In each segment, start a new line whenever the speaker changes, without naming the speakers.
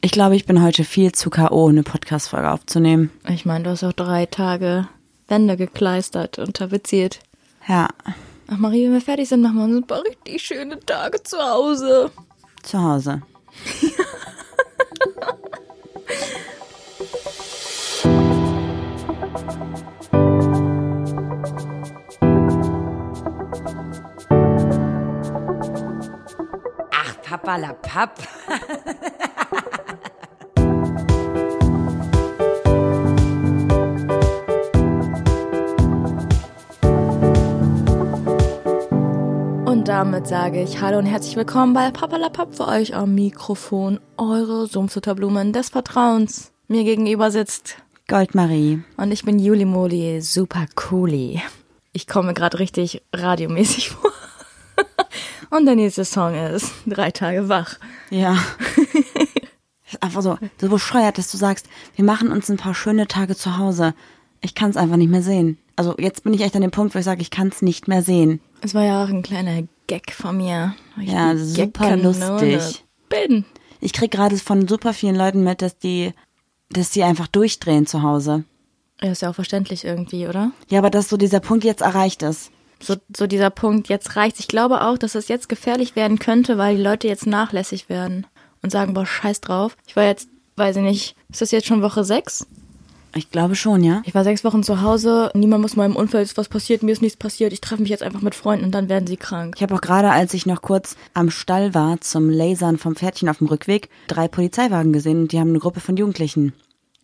Ich glaube, ich bin heute viel zu K.O., eine Podcast-Folge aufzunehmen.
Ich meine, du hast auch drei Tage Wände gekleistert und tapeziert.
Ja,
Ach Marie, wenn wir fertig sind, machen wir uns ein paar richtig schöne Tage zu Hause.
zu Hause.
Ach, Papa la Papp.
Und damit sage ich Hallo und herzlich willkommen bei Papalapap für euch am Mikrofon. Eure Sumpfutterblumen des Vertrauens. Mir gegenüber sitzt
Goldmarie.
und ich bin Juli Moli, super cooli. Ich komme gerade richtig radiomäßig vor. Und der nächste Song ist Drei Tage wach.
Ja. ist einfach so, so bescheuert, dass du sagst, wir machen uns ein paar schöne Tage zu Hause. Ich kann es einfach nicht mehr sehen. Also jetzt bin ich echt an dem Punkt, wo ich sage, ich kann es nicht mehr sehen.
Es war ja auch ein kleiner Gag von mir. weil ich
Ja,
die
super
Gagkanone
lustig.
Bin.
Ich krieg gerade von super vielen Leuten mit, dass die, dass die einfach durchdrehen zu Hause.
Ja, ist ja auch verständlich irgendwie, oder?
Ja, aber dass so dieser Punkt jetzt erreicht ist.
so, so dieser Punkt, jetzt reicht's. Ich glaube auch, dass es jetzt gefährlich werden könnte, weil die Leute jetzt nachlässig werden und sagen, boah, scheiß drauf. Ich war jetzt, weiß ich nicht, ist das jetzt schon Woche sechs?
Ich glaube schon, ja.
Ich war sechs Wochen zu Hause, niemand muss meinem Unfall ist was passiert, mir ist nichts passiert, ich treffe mich jetzt einfach mit Freunden und dann werden sie krank.
Ich habe auch gerade, als ich noch kurz am Stall war zum Lasern vom Pferdchen auf dem Rückweg, drei Polizeiwagen gesehen und die haben eine Gruppe von Jugendlichen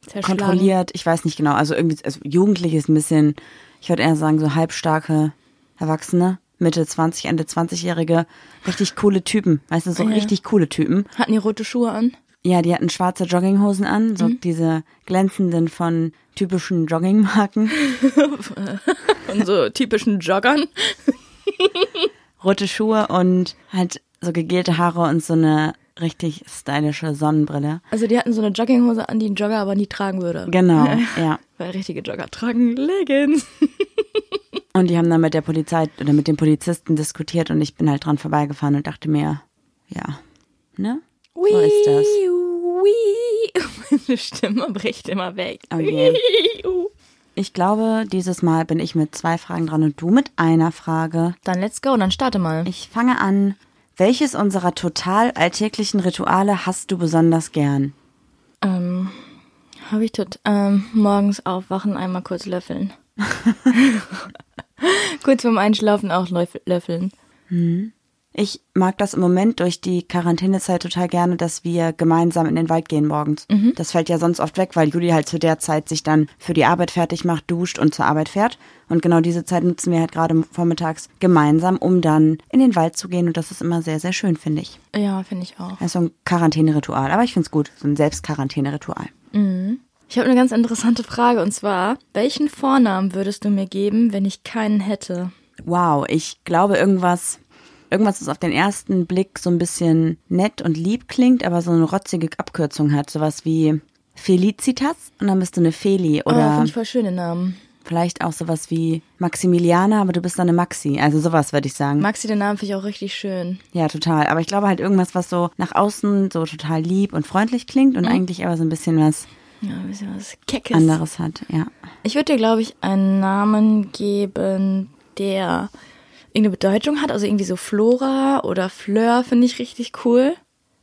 Zerschlagen.
kontrolliert. Ich weiß nicht genau, also irgendwie, also Jugendliche ist ein bisschen, ich würde eher sagen, so halbstarke Erwachsene, Mitte 20, Ende 20-Jährige, richtig coole Typen, weißt du, so richtig coole Typen.
Hatten die rote Schuhe an?
Ja, die hatten schwarze Jogginghosen an, so diese glänzenden von typischen Joggingmarken.
Von so typischen Joggern.
rote Schuhe und halt so gegelte Haare und so eine richtig stylische Sonnenbrille.
Also die hatten so eine Jogginghose an, die ein Jogger aber nie tragen würde.
Genau, ja.
Weil richtige Jogger tragen Leggings.
Und die haben dann mit der Polizei oder mit den Polizisten diskutiert und ich bin halt dran vorbeigefahren und dachte mir, ja, ne? So ist das.
Wii. Meine Stimme bricht immer weg.
Oh je.
Wii.
Ich glaube, dieses Mal bin ich mit zwei Fragen dran und du mit einer Frage.
Dann let's go, dann starte mal.
Ich fange an. Welches unserer total alltäglichen Rituale hast du besonders gern?
Ähm, habe ich tot, ähm, morgens aufwachen, einmal kurz löffeln. kurz vorm Einschlafen auch löff- löffeln.
Ich mag das im Moment durch die Quarantänezeit total gerne, dass wir gemeinsam in den Wald gehen morgens. Das fällt ja sonst oft weg, weil Juli halt zu der Zeit sich dann für die Arbeit fertig macht, duscht und zur Arbeit fährt. Und genau diese Zeit nutzen wir halt gerade vormittags gemeinsam, um dann in den Wald zu gehen. Und das ist immer sehr, sehr schön, finde ich.
Ja, finde ich auch.
Das ist so ein Quarantäneritual. Aber ich finde es gut. So ein Selbstquarantäneritual.
Ich habe eine ganz interessante Frage und zwar, welchen Vornamen würdest du mir geben, wenn ich keinen hätte?
Wow, ich glaube irgendwas, irgendwas, was auf den ersten Blick so ein bisschen nett und lieb klingt, aber so eine rotzige Abkürzung hat. Sowas wie Felicitas und dann bist du eine Feli
oh,
oder
finde ich voll schöne Namen.
vielleicht auch sowas wie Maximiliana, aber du bist dann eine Maxi. Also sowas würde ich sagen.
Maxi, den Namen finde ich auch richtig schön.
ja, total. Aber ich glaube halt irgendwas, was so nach außen so total lieb und freundlich klingt und eigentlich aber so ein bisschen was
Ja, ein bisschen was Keckes.
anderes hat. Ja.
Ich würde dir, glaube ich, einen Namen geben, der irgendeine Bedeutung hat. Also irgendwie so Flora oder Fleur finde ich richtig cool,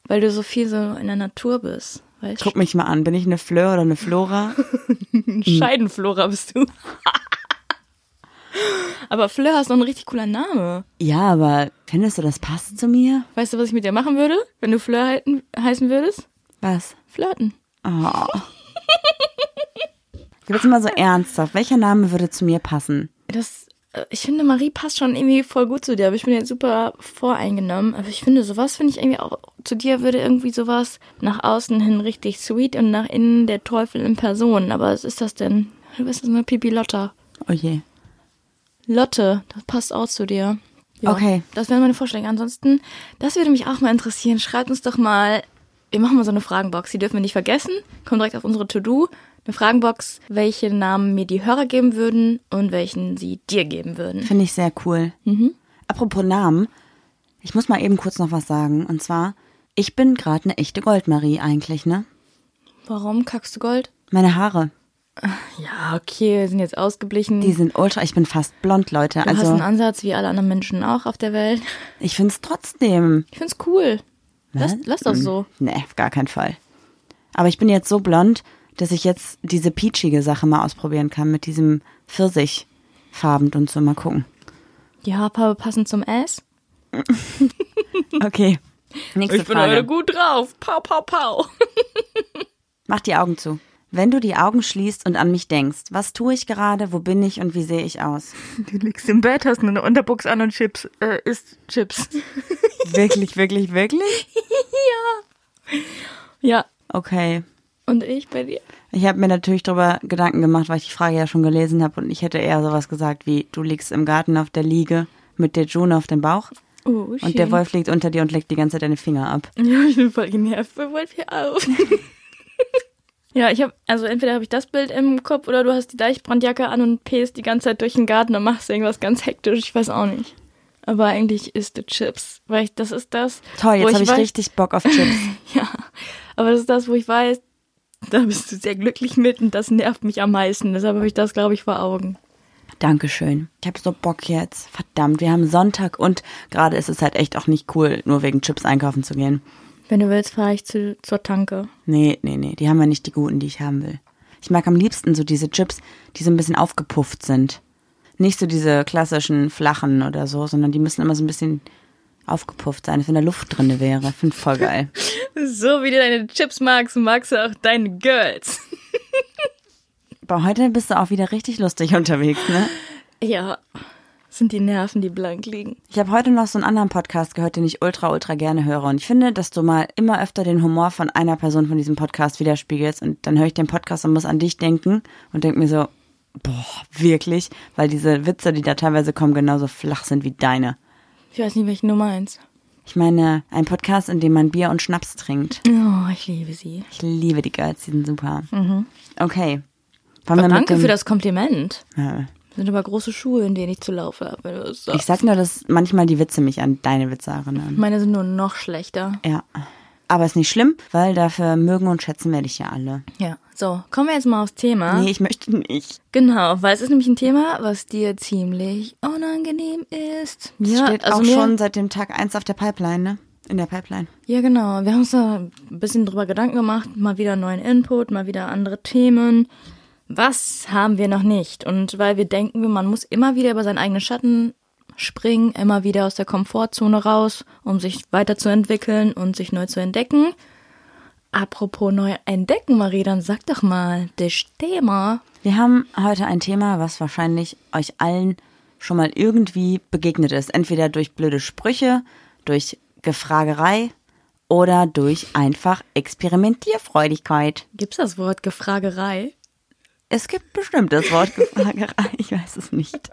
weil du so viel so in der Natur bist. Weißt
Guck mich mal an, bin ich eine Fleur oder eine Flora?
du? Scheidenflora bist du. Aber Fleur ist noch ein richtig cooler Name.
ja, aber findest du, das passt zu mir?
Weißt du, was ich mit dir machen würde, wenn du Fleur heiten, heißen würdest?
Was?
Flirten.
Oh. Jetzt mal so ernsthaft. Welcher Name würde zu mir passen?
Das, äh, ich finde, Marie passt schon irgendwie voll gut zu dir, aber ich bin jetzt super voreingenommen. Aber ich finde, sowas finde ich irgendwie auch, zu dir würde irgendwie sowas nach außen hin richtig sweet und nach innen der Teufel in Person. Aber was ist das denn? Du bist so eine Pipi Lotta.
Oh je.
Lotte, das passt auch zu dir. Ja,
Okay.
Das wären meine Vorschläge. Ansonsten, das würde mich auch mal interessieren. Schreibt uns doch mal, wir machen mal so eine Fragenbox. Die dürfen wir nicht vergessen. Kommt direkt auf unsere To-Do. Eine Fragenbox, welche Namen mir die Hörer geben würden und welchen sie dir geben würden.
Finde
Mhm.
ich sehr cool. Apropos Namen. Ich muss mal eben kurz noch was sagen. Und zwar, Ich bin gerade eine echte Goldmarie eigentlich, ne?
Warum kackst du Gold?
Meine Haare,
Ja, okay, sind jetzt ausgeblichen.
die sind ultra, ich bin fast blond, Leute.
du hast einen
Also,
Ansatz wie alle anderen Menschen auch auf der Welt.
ich find's trotzdem.
Ich find's cool. Lass,
Ne?
lass das
Mm,
so.
Nee, auf gar keinen Fall. Aber ich bin jetzt so blond, dass ich jetzt diese peachige Sache mal ausprobieren kann mit diesem Pfirsichfarbend und so. Mal gucken.
Die Haarfarbe passend zum S.
Okay. Nächste Frage.
gut drauf. Pau, pau, pau.
Mach die Augen zu. Wenn du die Augen schließt und an mich denkst, was tue ich gerade, wo bin ich und wie sehe ich aus?
Du liegst im Bett, hast eine Unterbox an und Chips. Äh, isst Chips.
Wirklich, wirklich, wirklich?
ja.
Okay.
Und ich bei dir.
Ich habe mir natürlich darüber Gedanken gemacht, weil ich die Frage ja schon gelesen habe und ich hätte eher sowas gesagt wie, du liegst im Garten auf der Liege mit der June auf dem Bauch
Oh, schön.
und der Wolf liegt unter dir und leckt die ganze Zeit deine Finger ab.
Ja, ich bin voll genervt bei Wolf hier auf. ja, ich habe also entweder habe ich das Bild im Kopf oder du hast die Deichbrandjacke an und pest die ganze Zeit durch den Garten und machst irgendwas ganz hektisch. Ich weiß auch nicht. Aber eigentlich isst du Chips, weil ich, das ist das.
Toll,
wo
jetzt habe ich
weiß,
richtig Bock auf Chips.
Ja, aber das ist das, wo ich weiß, da bist du sehr glücklich mit und das nervt mich am meisten. Deshalb habe ich das, glaube ich, vor Augen.
Dankeschön. Ich habe so Bock jetzt. Verdammt, wir haben Sonntag und gerade ist es halt echt auch nicht cool, nur wegen Chips einkaufen zu gehen.
Wenn du willst, fahre ich zu, zur Tanke.
Nee, nee, nee, die haben ja nicht die guten, die ich haben will. Ich mag am liebsten so diese Chips, die so ein bisschen aufgepufft sind. Nicht so diese klassischen flachen oder so, sondern die müssen immer so ein bisschen aufgepufft sein, als wenn da Luft drinne wäre. Find voll geil.
So wie du deine Chips magst, magst du auch deine Girls.
Aber heute bist du auch wieder richtig lustig unterwegs, ne?
Ja, sind die Nerven, die blank liegen.
Ich habe heute noch so einen anderen Podcast gehört, den ich ultra, ultra gerne höre. Und ich finde, dass du mal immer öfter den Humor von einer Person von diesem Podcast widerspiegelst. Und dann höre ich den Podcast und muss an dich denken und denke mir so, boah, wirklich? Weil diese Witze, die da teilweise kommen, genauso flach sind wie deine.
Ich weiß nicht, welche Nummer eins.
Ich meine, ein Podcast, in dem man Bier und Schnaps trinkt.
Oh, ich liebe sie.
Ich liebe die Girls, die sind super. Okay. Wollen wir mit
Mhm. Danke
dem-
für das Kompliment.
Ja.
Das sind aber große Schuhe, in denen ich zu laufen habe. wenn du das
Ich
sagst.
sag nur, dass manchmal die Witze mich an deine Witze erinnern.
Meine sind nur noch schlechter.
Ja. Aber ist nicht schlimm, weil dafür mögen und schätzen werde ich ja alle.
Ja. So, kommen wir jetzt mal aufs Thema.
Nee, ich möchte nicht.
Genau, weil es ist nämlich ein Thema, was dir ziemlich unangenehm ist. also
Das steht auch
mir-
schon seit dem Tag eins auf der Pipeline, ne? In der Pipeline.
Ja, genau. Wir haben uns da ein bisschen drüber Gedanken gemacht. Mal wieder neuen Input, mal wieder andere Themen. Was haben wir noch nicht? Und weil wir denken, man muss immer wieder über seinen eigenen Schatten springen, immer wieder aus der Komfortzone raus, um sich weiterzuentwickeln und sich neu zu entdecken. Apropos neu entdecken, Marie, dann sag doch mal das Thema.
Wir haben heute ein Thema, was wahrscheinlich euch allen schon mal irgendwie begegnet ist. Entweder durch blöde Sprüche, durch Gefragerei oder durch einfach Experimentierfreudigkeit.
Gibt's das Wort Gefragerei?
Es gibt bestimmt das Wort Gefragerei, ich weiß es nicht.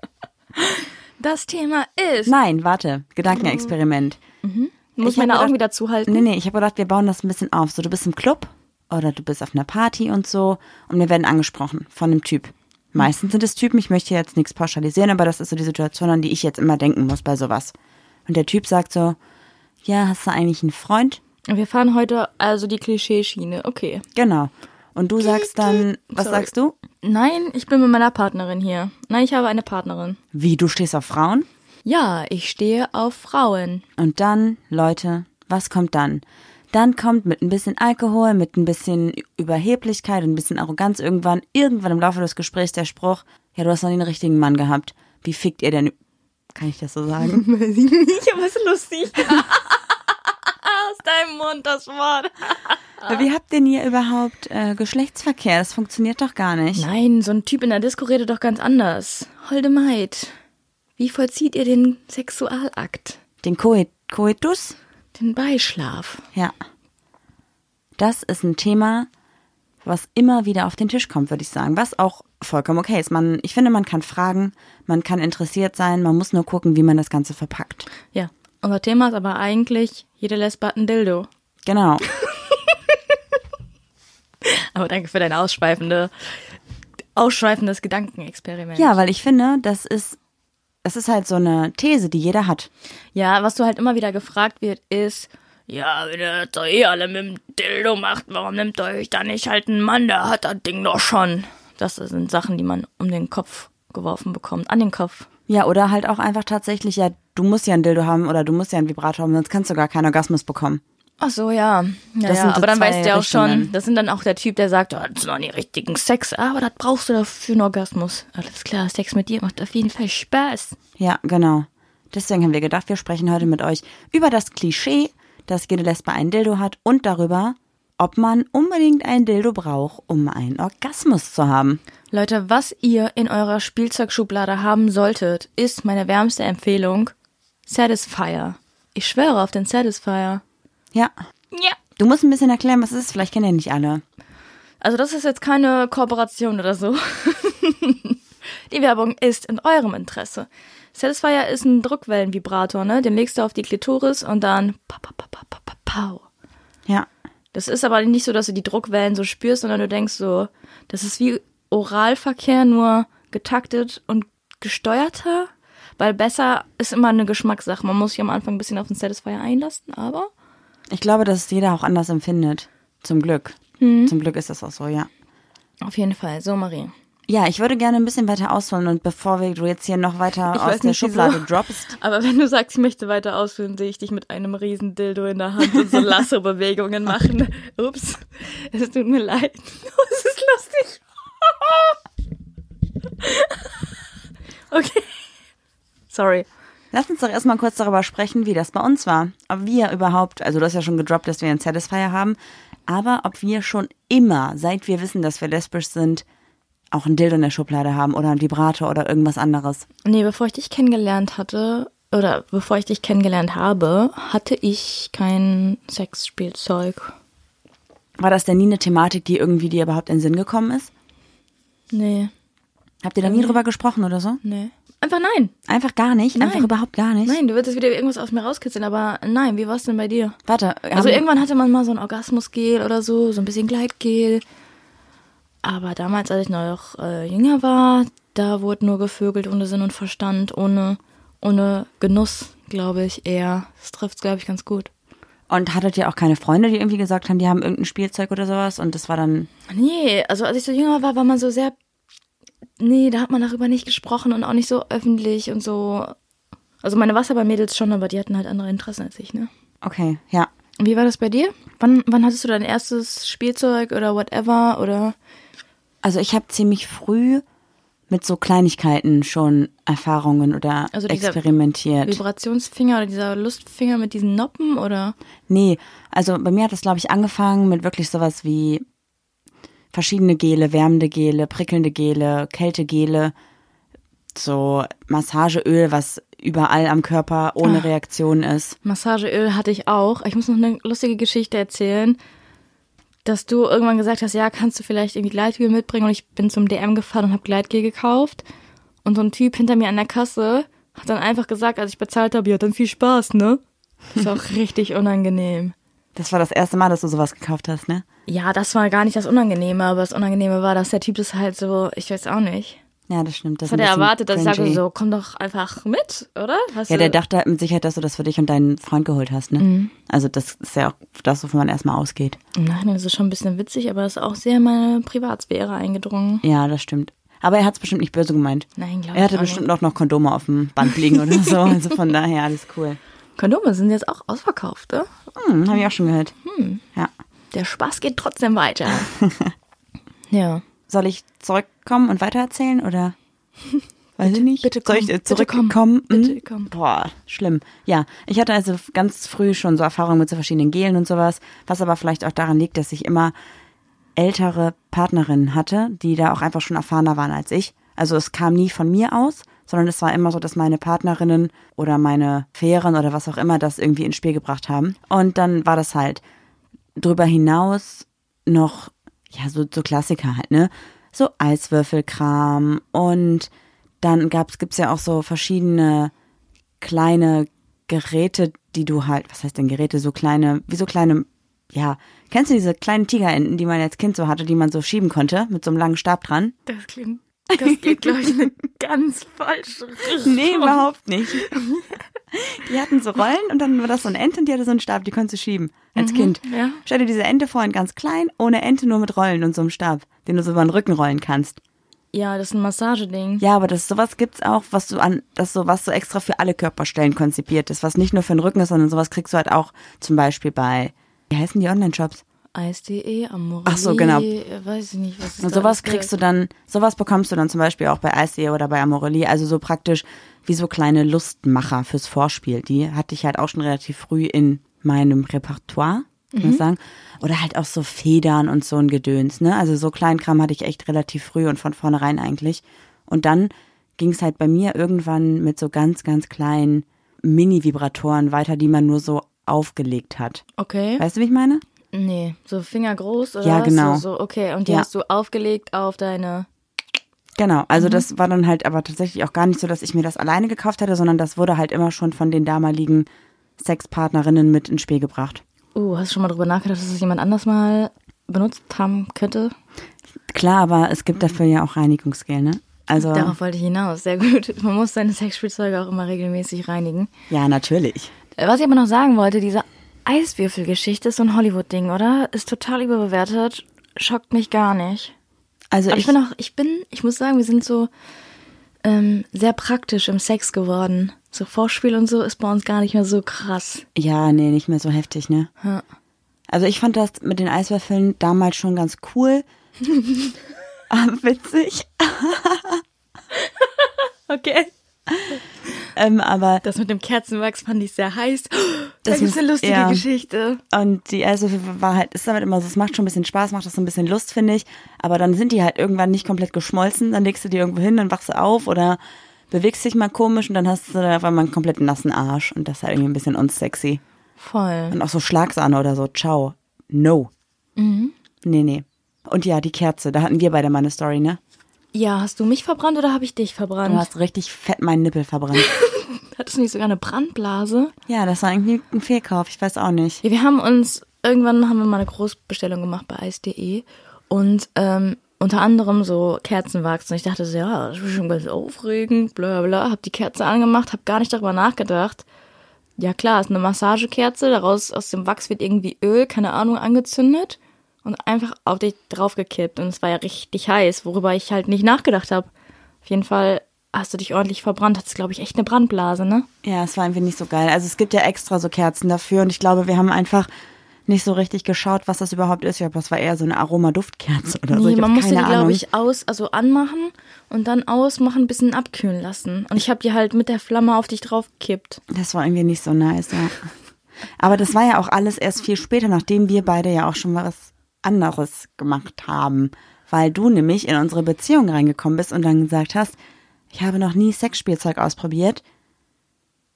Das Thema ist.
Nein, warte, Gedankenexperiment.
muss
ich
ich meine
hab
Augen
gedacht-
wieder zuhalten?
Nee, nee, ich habe gedacht, wir bauen das ein bisschen auf. So, du bist im Club oder du bist auf einer Party und so und wir werden angesprochen von einem Typ. Meistens sind es Typen, ich möchte jetzt nichts pauschalisieren, aber das ist so die Situation, an die ich jetzt immer denken muss bei sowas. Und der Typ sagt so, ja, hast du eigentlich einen Freund?
Wir fahren heute also die Klischeeschiene. Okay.
Genau. Und du sagst dann, was
Sorry.
sagst du?
Nein, ich bin mit meiner Partnerin hier. Nein, ich habe eine Partnerin.
Wie, du stehst auf Frauen?
Ja, ich stehe auf Frauen.
Und dann, Leute, was kommt dann? Dann kommt mit ein bisschen Alkohol, mit ein bisschen Überheblichkeit und ein bisschen Arroganz irgendwann, irgendwann im Laufe des Gesprächs der Spruch, ja, du hast noch nie einen richtigen Mann gehabt. Wie fickt ihr denn? ü- Kann ich das so sagen?
Ich habe es lustig. Aus deinem Mund das Wort.
Aber Wie habt denn ihr überhaupt äh, Geschlechtsverkehr? Das funktioniert doch gar nicht.
Nein, so ein Typ in der Disco redet doch ganz anders. Holde Maid, wie vollzieht ihr den Sexualakt?
Den Coit Coitus?
Den Beischlaf?
Ja. Das ist ein Thema, was immer wieder auf den Tisch kommt, würde ich sagen. Was auch vollkommen okay ist. Man, ich finde, man kann fragen, man kann interessiert sein, man muss nur gucken, wie man das Ganze verpackt.
Ja, unser Thema ist aber eigentlich, jede Lesbe hat ein Dildo.
Genau.
Aber danke für dein ausschweifende, ausschweifendes Gedankenexperiment.
Ja, weil ich finde, das ist, das ist halt so eine These, die jeder hat.
Ja, was du halt immer wieder gefragt wird, ist, Ja, wenn ihr das doch eh alle mit dem Dildo macht, warum nimmt ihr euch da nicht halt einen Mann, der hat das Ding doch schon. Das sind Sachen, die man um den Kopf geworfen bekommt, an den Kopf.
Ja, oder halt auch einfach tatsächlich, ja, du musst ja ein Dildo haben oder du musst ja einen Vibrator haben, sonst kannst du gar keinen Orgasmus bekommen.
Ach so, ja. ja,
Das
ja.
sind so
aber dann
zwei
weißt du ja auch schon,
Richtungen.
das sind dann auch der Typ, der sagt, oh, das sind noch die richtigen Sex, aber das brauchst du dafür einen Orgasmus. Alles klar, Sex mit dir macht auf jeden Fall Spaß.
Ja, genau. Deswegen haben wir gedacht, wir sprechen heute mit euch über das Klischee, dass jede Lesbe einen Dildo hat und darüber, ob man unbedingt einen Dildo braucht, um einen Orgasmus zu haben.
Leute, was ihr in eurer Spielzeugschublade haben solltet, ist meine wärmste Empfehlung Satisfier. Ich schwöre auf den Satisfier.
Ja.
Ja.
Du musst ein bisschen erklären, was es ist. Vielleicht kennen ja nicht alle.
Also das ist jetzt keine Kooperation oder so. die Werbung ist in eurem Interesse. Satisfier ist ein Druckwellenvibrator, ne? Den legst du auf die Klitoris und dann pa pa pa pa pa pa pau.
Ja.
Das ist aber nicht so, dass du die Druckwellen so spürst, sondern du denkst so, das ist wie Oralverkehr, nur getaktet und gesteuerter. Weil besser ist immer eine Geschmackssache. Man muss sich am Anfang ein bisschen auf den Satisfier einlassen, aber
Ich glaube, dass es jeder auch anders empfindet. Zum Glück.
Mhm.
Zum Glück ist das auch so, ja.
auf jeden Fall. So, Marie.
Ja, ich würde gerne ein bisschen weiter ausholen und bevor wir, du jetzt hier noch weiter
Ich
aus
weiß
der
nicht, wieso.
Schublade droppst.
Aber wenn du sagst, ich möchte weiter ausführen, sehe ich dich mit einem riesen Dildo in der Hand und so Lasso-Bewegungen machen. Ups, es tut mir leid. Oh, Es ist lustig. Okay. Sorry.
Lass uns doch erstmal kurz darüber sprechen, wie das bei uns war. Ob wir überhaupt, also du hast ja schon gedroppt, dass wir einen Satisfier haben, aber ob wir schon immer, seit wir wissen, dass wir lesbisch sind, auch ein Dildo in der Schublade haben oder ein Vibrator oder irgendwas anderes.
Nee, bevor ich dich kennengelernt hatte, oder bevor ich dich kennengelernt habe, hatte ich kein Sexspielzeug.
War das denn nie eine Thematik, die irgendwie dir überhaupt in den Sinn gekommen ist?
Nee,
Habt ihr da
Ähm.
nie drüber gesprochen oder so?
nee. Einfach nein.
Einfach gar nicht? Einfach
Nein.
überhaupt gar nicht?
Nein, du würdest jetzt wieder irgendwas aus mir rauskitzeln, aber nein, wie war es denn bei dir?
Warte,
Also
haben-
irgendwann hatte man mal so ein Orgasmusgel oder so, so ein bisschen Gleitgel. Aber damals, als ich noch äh, jünger war, da wurde nur gevögelt ohne Sinn und Verstand, ohne, ohne Genuss, glaube ich, eher. Das trifft glaube ich, ganz gut.
Und hattet ihr auch keine Freunde, die irgendwie gesagt haben, die haben irgendein Spielzeug oder sowas und das war dann.
Nee, also als ich so jünger war, war man so sehr. Nee, da hat man darüber nicht gesprochen und auch nicht so öffentlich und so. Also meine Wasserballmädels schon, aber die hatten halt andere Interessen als ich, ne?
Okay, ja.
Wie war das bei dir? Wann, wann hattest du dein erstes Spielzeug oder whatever oder
Also ich habe ziemlich früh mit so Kleinigkeiten schon Erfahrungen oder
Also dieser
experimentiert.
Vibrationsfinger oder dieser Lustfinger mit diesen Noppen oder
Nee, also bei mir hat das, glaube ich, angefangen mit wirklich sowas wie verschiedene Gele, wärmende Gele, prickelnde Gele, Kältegele, so Massageöl, was überall am Körper
Ah.
ohne Reaktion ist.
Massageöl hatte ich auch. Ich muss noch eine lustige Geschichte erzählen, dass du irgendwann gesagt hast, ja, kannst du vielleicht irgendwie Gleitgel mitbringen und ich bin zum DM gefahren und habe Gleitgel gekauft und so ein Typ hinter mir an der Kasse hat dann einfach gesagt, als ich bezahlt habe, ja, dann viel Spaß, ne? Das war auch richtig unangenehm.
Das war das erste Mal, dass du sowas gekauft hast, ne?
Ja, das war gar nicht das Unangenehme, aber das Unangenehme war, dass der Typ das halt so, ich weiß auch nicht.
Ja, das stimmt. Das
Das hat
ist
er
ein bisschen
erwartet, dass ich sage
cringy.
so, komm doch einfach mit, oder? Hast
Ja,
du-
der dachte halt mit Sicherheit, dass du das für dich und deinen Freund geholt hast, ne?
Mhm.
Also das ist ja auch das, wovon man erstmal ausgeht.
Nein, das ist schon ein bisschen witzig, aber das ist auch sehr in meine Privatsphäre eingedrungen.
Ja, das stimmt. Aber er hat es bestimmt nicht böse gemeint.
Nein, glaub
Er hatte
ich auch
bestimmt auch noch Kondome auf dem Band liegen oder so. Also von daher alles cool.
Kondome sind jetzt auch ausverkauft, ne?
Hm, habe ich auch schon gehört. Ja.
Der Spaß geht trotzdem weiter. ja.
Soll ich zurückkommen und weitererzählen oder? Weiß ich nicht.
bitte
Soll
komm,
ich äh,
bitte
zurückkommen?
komm,
Hm?
bitte komm.
Boah, schlimm. Ja, ich hatte also ganz früh schon so Erfahrungen mit so verschiedenen Gelen und sowas, was aber vielleicht auch daran liegt, dass ich immer ältere Partnerinnen hatte, die da auch einfach schon erfahrener waren als ich. Also es kam nie von mir aus, sondern es war immer so, dass meine Partnerinnen oder meine Fähren oder was auch immer das irgendwie ins Spiel gebracht haben. Und dann war das halt drüber hinaus noch, ja, so, so Klassiker halt, ne? So Eiswürfelkram und dann gab's, gibt's ja auch so verschiedene kleine Geräte, die du halt, was heißt denn Geräte, so kleine, wie so kleine, ja, kennst du diese kleinen Tigerenten, die man als Kind so hatte, die man so schieben konnte, mit so einem langen Stab dran?
Das klingt Das geht, glaube ich, eine ganz falsche Richtung.
Nee, überhaupt nicht. Die hatten so Rollen und dann war das so eine Ente und die hatte so einen Stab, die konntest du schieben als Kind.
ja.
Stell dir diese Ente vor in ganz klein, ohne Ente, nur mit Rollen und so einem Stab, den du so über den Rücken rollen kannst.
Ja, das ist ein Massageding.
Ja, aber das sowas gibt's auch, was du an das so was so extra für alle Körperstellen konzipiert ist, was nicht nur für den Rücken ist, sondern sowas kriegst du halt auch zum Beispiel bei wie heißen die Online-Shops?
Eis.de, Amore. äh,
Ach so, genau.
Weiß ich nicht, was ist
Und sowas kriegst du dann, sowas bekommst du dann zum Beispiel auch bei Ice oder bei Amorelie, also so praktisch wie so kleine Lustmacher fürs Vorspiel. Die hatte ich halt auch schon relativ früh in meinem Repertoire, kann man sagen. Oder halt auch so Federn und so ein Gedöns, ne? Also so Kleinkram hatte ich echt relativ früh und von vornherein eigentlich. Und dann ging es halt bei mir irgendwann mit so ganz, ganz kleinen Mini-Vibratoren weiter, die man nur so aufgelegt hat.
Okay.
Weißt du, wie ich meine?
Nee, so Finger groß oder
Ja,
was?
genau.
So, so, okay, und die
Ja.
hast du aufgelegt auf deine.
Genau, also das war dann halt aber tatsächlich auch gar nicht so, dass ich mir das alleine gekauft hätte, sondern das wurde halt immer schon von den damaligen Sexpartnerinnen mit ins Spiel gebracht.
Uh, hast du schon mal drüber nachgedacht, dass das jemand anders mal benutzt haben könnte?
Klar, aber es gibt dafür ja auch Reinigungsgel, ne? Also,
Darauf wollte ich hinaus. Sehr gut. Man muss seine Sexspielzeuge auch immer regelmäßig reinigen.
ja, natürlich.
Äh, Was ich aber noch sagen wollte, diese Eiswürfelgeschichte ist so ein Hollywood-Ding, oder? Ist total überbewertet. Schockt mich gar nicht.
Also
Aber
ich,
ich bin auch, ich bin, ich muss sagen, wir sind so ähm, sehr praktisch im Sex geworden. So Vorspiel und so ist bei uns gar nicht mehr so krass.
ja, nee, nicht mehr so heftig, ne?
Ja.
Also ich fand das mit den Eiswürfeln damals schon ganz cool. Ah, Witzig.
Okay.
Ähm, aber
Das mit dem Kerzenwachs fand ich sehr heiß. Da
Das
gibt's eine
ist-
lustige
ja.
Geschichte.
Und die erste war halt, ist damit immer so, es macht schon ein bisschen Spaß, macht das so ein bisschen Lust, finde ich. Aber dann sind die halt irgendwann nicht komplett geschmolzen, dann legst du die irgendwo hin, dann wachst du auf oder bewegst dich mal komisch und dann hast du da auf einmal einen komplett nassen Arsch und das ist halt irgendwie ein bisschen unsexy.
Voll.
Und auch so Schlagsahne oder so, ciao. No. Mhm. Nee, nee. Und ja, die Kerze, da hatten wir beide mal eine Story, ne?
Ja, hast du mich verbrannt oder habe ich dich verbrannt?
Du hast richtig fett meinen Nippel verbrannt.
Hattest du nicht sogar eine Brandblase?
ja, das war irgendwie ein Fehlkauf, ich weiß auch nicht.
Ja, wir haben uns, irgendwann haben wir mal eine Großbestellung gemacht bei Eis.de und ähm, unter anderem so Kerzenwachs. Und ich dachte so, ja, das ist schon ganz aufregend, bla bla bla. Hab die Kerze angemacht, hab gar nicht darüber nachgedacht. Ja klar, ist eine Massagekerze, daraus aus dem Wachs wird irgendwie Öl, keine Ahnung, angezündet und einfach auf dich draufgekippt. Und es war ja richtig heiß, worüber ich halt nicht nachgedacht habe. Auf jeden Fall hast du dich ordentlich verbrannt, hattest, glaube ich, echt eine Brandblase, ne?
Ja, es war irgendwie nicht so geil. Also es gibt ja extra so Kerzen dafür und ich glaube, wir haben einfach nicht so richtig geschaut, was das überhaupt ist. Ich glaube, das war eher so eine Aromaduftkerze oder so. Also
Nee,
Ich
man
hab
musste die,
keine Ahnung.
glaube ich, aus, also anmachen und dann ausmachen, ein bisschen abkühlen lassen. Und ich habe die halt mit der Flamme auf dich draufgekippt.
Das war irgendwie nicht so nice, ja. Aber das war ja auch alles erst viel später, nachdem wir beide ja auch schon mal was anderes gemacht haben. Weil du nämlich in unsere Beziehung reingekommen bist und dann gesagt hast, ich habe noch nie Sexspielzeug ausprobiert.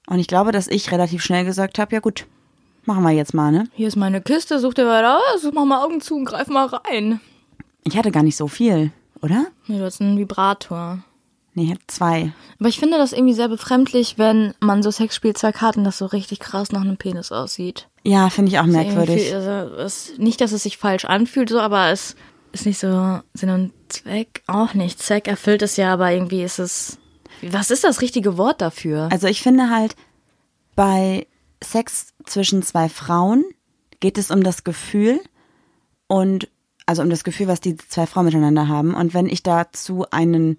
Und ich glaube, dass ich relativ schnell gesagt habe, ja gut, machen wir jetzt mal, ne?
Hier ist meine Kiste, such dir weiter aus, mach mal Augen zu und greif mal rein.
Ich hatte gar nicht so viel, oder?
Nee, du hast einen Vibrator.
Nee, ich hab zwei.
Aber ich finde das irgendwie sehr befremdlich, wenn man so Sexspielzeug hat und das so richtig krass nach einem Penis aussieht.
Ja, finde ich auch merkwürdig.
Irgendwie, Also, es, nicht, dass es sich falsch anfühlt, so, aber es ist nicht so Sinn und Zweck. Auch nicht. Zweck erfüllt es ja, aber irgendwie ist es. Was ist das richtige Wort dafür?
Also ich finde halt, bei Sex zwischen zwei Frauen geht es um das Gefühl und also um das Gefühl, was die zwei Frauen miteinander haben. Und wenn ich dazu einen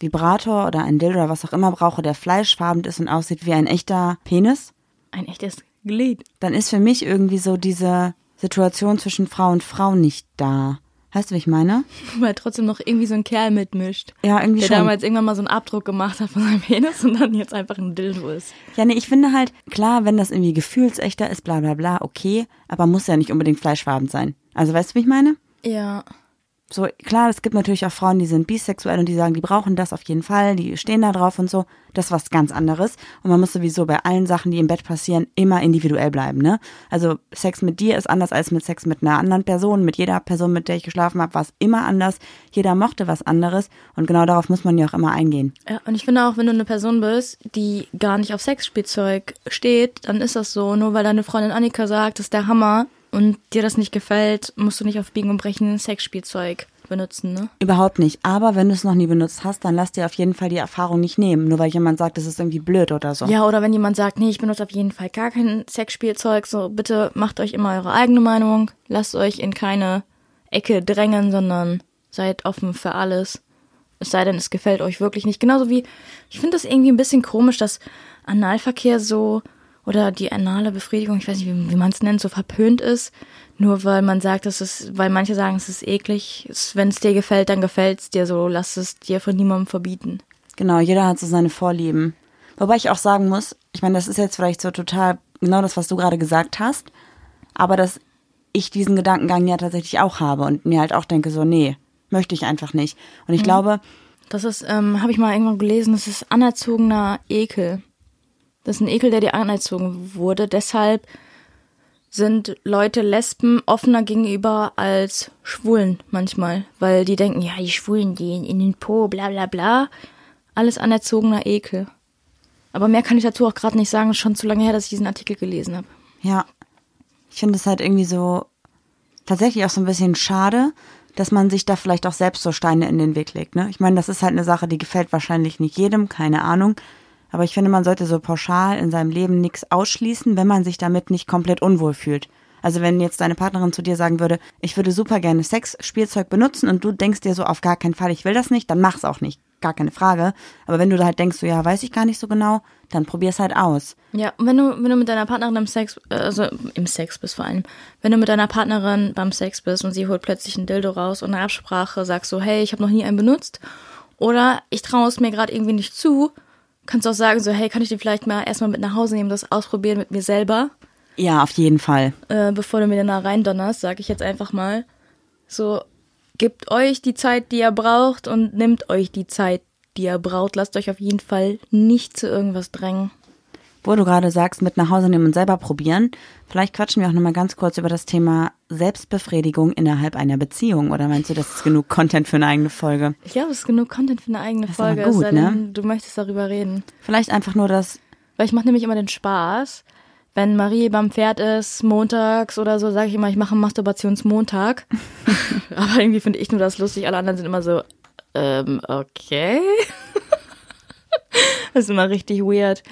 Vibrator oder einen Dildo oder was auch immer brauche, der fleischfarben ist und aussieht wie ein echter Penis,
Ein echtes Glied.
dann ist für mich irgendwie so diese Situation zwischen Frau und Frau nicht da. Weißt du, wie ich meine?
Weil trotzdem noch irgendwie so ein Kerl mitmischt.
Ja, irgendwie
der
schon.
damals irgendwann mal so einen Abdruck gemacht hat von seinem Penis und dann jetzt einfach ein Dildo ist.
Ja, nee, ich finde halt, klar, wenn das irgendwie gefühlsechter ist, bla bla bla, okay, aber muss ja nicht unbedingt fleischfarben sein. Also weißt du, wie ich meine?
Ja.
So, klar, es gibt natürlich auch Frauen, die sind bisexuell und die sagen, die brauchen das auf jeden Fall, die stehen da drauf und so. Das ist was ganz anderes. Und man muss sowieso bei allen Sachen, die im Bett passieren, immer individuell bleiben, ne? Also Sex mit dir ist anders als mit Sex mit einer anderen Person. Mit jeder Person, mit der ich geschlafen habe, war es immer anders. Jeder mochte was anderes. Und genau darauf muss man ja auch immer eingehen.
ja. Und ich finde auch, wenn du eine Person bist, die gar nicht auf Sexspielzeug steht, dann ist das so. Nur weil deine Freundin Annika sagt, das ist der Hammer und dir das nicht gefällt, musst du nicht auf Biegen und Brechen Sexspielzeug benutzen, ne?
Überhaupt nicht. Aber wenn du es noch nie benutzt hast, dann lass dir auf jeden Fall die Erfahrung nicht nehmen, nur weil jemand sagt, es ist irgendwie blöd oder so.
Ja, oder wenn jemand sagt, nee, ich benutze auf jeden Fall gar kein Sexspielzeug, so bitte macht euch immer eure eigene Meinung, lasst euch in keine Ecke drängen, sondern seid offen für alles. Es sei denn, es gefällt euch wirklich nicht. Genauso wie, ich finde das irgendwie ein bisschen komisch, dass Analverkehr so oder die anale Befriedigung, ich weiß nicht, wie, wie man es nennt, so verpönt ist. Nur weil man sagt, es ist, weil manche sagen, es ist eklig. Wenn es dir gefällt, dann gefällt es dir so. Lass es dir von niemandem verbieten.
Genau, jeder hat so seine Vorlieben. Wobei ich auch sagen muss, ich meine, das ist jetzt vielleicht so total genau das, was du gerade gesagt hast, aber dass ich diesen Gedankengang ja tatsächlich auch habe und mir halt auch denke, so, nee, möchte ich einfach nicht. Und ich glaube,
Das ist, ähm, habe ich mal irgendwann gelesen, das ist anerzogener Ekel. Das ist ein Ekel, der dir anerzogen wurde. Deshalb sind Leute Lesben offener gegenüber als Schwulen manchmal, weil die denken, ja, die Schwulen gehen in den Po, bla bla bla. Alles anerzogener Ekel. Aber mehr kann ich dazu auch gerade nicht sagen, ist schon zu lange her, dass ich diesen Artikel gelesen habe.
Ja. Ich finde es halt irgendwie so tatsächlich auch so ein bisschen schade, dass man sich da vielleicht auch selbst so Steine in den Weg legt. Ne? Ich meine, das ist halt eine Sache, die gefällt wahrscheinlich nicht jedem, keine Ahnung. Aber ich finde, man sollte so pauschal in seinem Leben nichts ausschließen, wenn man sich damit nicht komplett unwohl fühlt. Also wenn jetzt deine Partnerin zu dir sagen würde, ich würde super gerne Sexspielzeug benutzen und du denkst dir so auf gar keinen Fall, ich will das nicht, dann mach's auch nicht, gar keine Frage. Aber wenn du da halt denkst, so ja, weiß ich gar nicht so genau, dann probier's halt aus.
Ja, und wenn du, wenn du mit deiner Partnerin im Sex, äh, also im Sex bist vor allem, wenn du mit deiner Partnerin beim Sex bist und sie holt plötzlich ein Dildo raus und eine Absprache sagst so, hey, ich habe noch nie einen benutzt oder ich traue es mir gerade irgendwie nicht zu, kannst du auch sagen so, hey, kann ich den vielleicht mal erstmal mit nach Hause nehmen, das ausprobieren mit mir selber,
Ja, auf jeden Fall.
äh, bevor du mir dann da reindonnerst, sage ich jetzt einfach mal, so, gebt euch die Zeit, die ihr braucht und nehmt euch die Zeit, die ihr braucht, lasst euch auf jeden Fall nicht zu irgendwas drängen.
Wo du gerade sagst, mit nach Hause nehmen und selber probieren, vielleicht quatschen wir auch nochmal ganz kurz über das Thema Selbstbefriedigung innerhalb einer Beziehung. Oder meinst du, das ist genug Content für eine eigene Folge?
Ich glaube, es ist genug Content für eine eigene
ist aber
Folge, es
gut,
sei denn,
ne?
du möchtest darüber reden.
Vielleicht einfach nur das,
Weil ich mache nämlich immer den Spaß, wenn Marie beim Pferd ist, montags oder so, sage ich immer, ich mache einen Masturbationsmontag. Aber irgendwie finde ich nur das lustig, alle anderen sind immer so, ähm, okay. das ist immer richtig weird.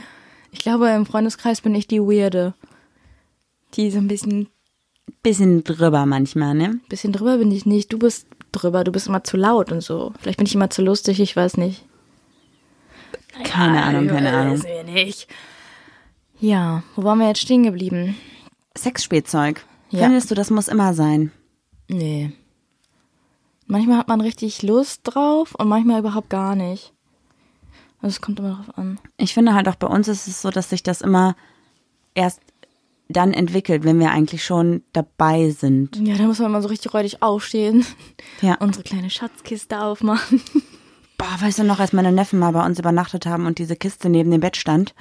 Ich glaube, im Freundeskreis bin ich die Weirde. Die so ein bisschen,
bisschen drüber manchmal, ne?
bisschen drüber bin ich nicht. Du bist drüber, du bist immer zu laut und so. Vielleicht bin ich immer zu lustig, ich weiß nicht.
Keine Ahnung, keine Ahnung.
Wissen wir nicht. Ja, wo waren wir jetzt stehen geblieben?
Sexspielzeug.
Ja.
Findest du, das muss immer sein?
Nee. Manchmal hat man richtig Lust drauf und manchmal überhaupt gar nicht. Also es kommt immer drauf an.
Ich finde halt auch bei uns ist es so, dass sich das immer erst dann entwickelt, wenn wir eigentlich schon dabei sind.
Ja, da muss man immer so richtig räudig aufstehen.
Ja.
Unsere kleine Schatzkiste aufmachen.
Boah, weißt du noch, als meine Neffen mal bei uns übernachtet haben und diese Kiste neben dem Bett stand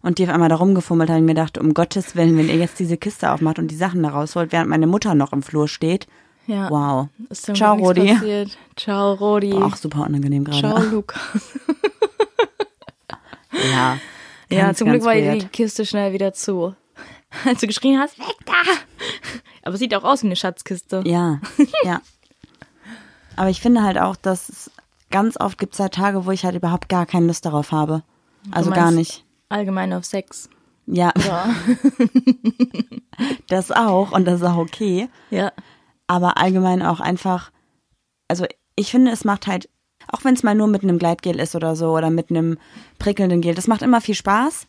und die auf einmal da rumgefummelt haben, ich mir dachte, um Gottes Willen, wenn ihr jetzt diese Kiste aufmacht und die Sachen da rausholt, während meine Mutter noch im Flur steht.
Ja.
Wow.
Ist zum
Ciao,
Glück nichts
Rodi.
Passiert. Ciao, Rodi.
Auch super unangenehm
Ciao,
gerade.
Lukas.
Ja.
Ja,
Ganz,
zum Glück
ganz
war die
weird.
Kiste schnell wieder zu. Als du geschrien hast, weg da! Aber sieht auch aus wie eine Schatzkiste.
Ja, ja. Aber ich finde halt auch, dass es- ganz oft gibt es halt Tage, wo ich halt überhaupt gar keine Lust darauf habe. Also
Du
gar
meinst
nicht.
Allgemein auf Sex.
Ja,
Ja.
das auch und das ist auch okay.
ja.
aber allgemein auch einfach, also ich finde, es macht halt, auch wenn es mal nur mit einem Gleitgel ist oder so oder mit einem prickelnden Gel, das macht immer viel Spaß.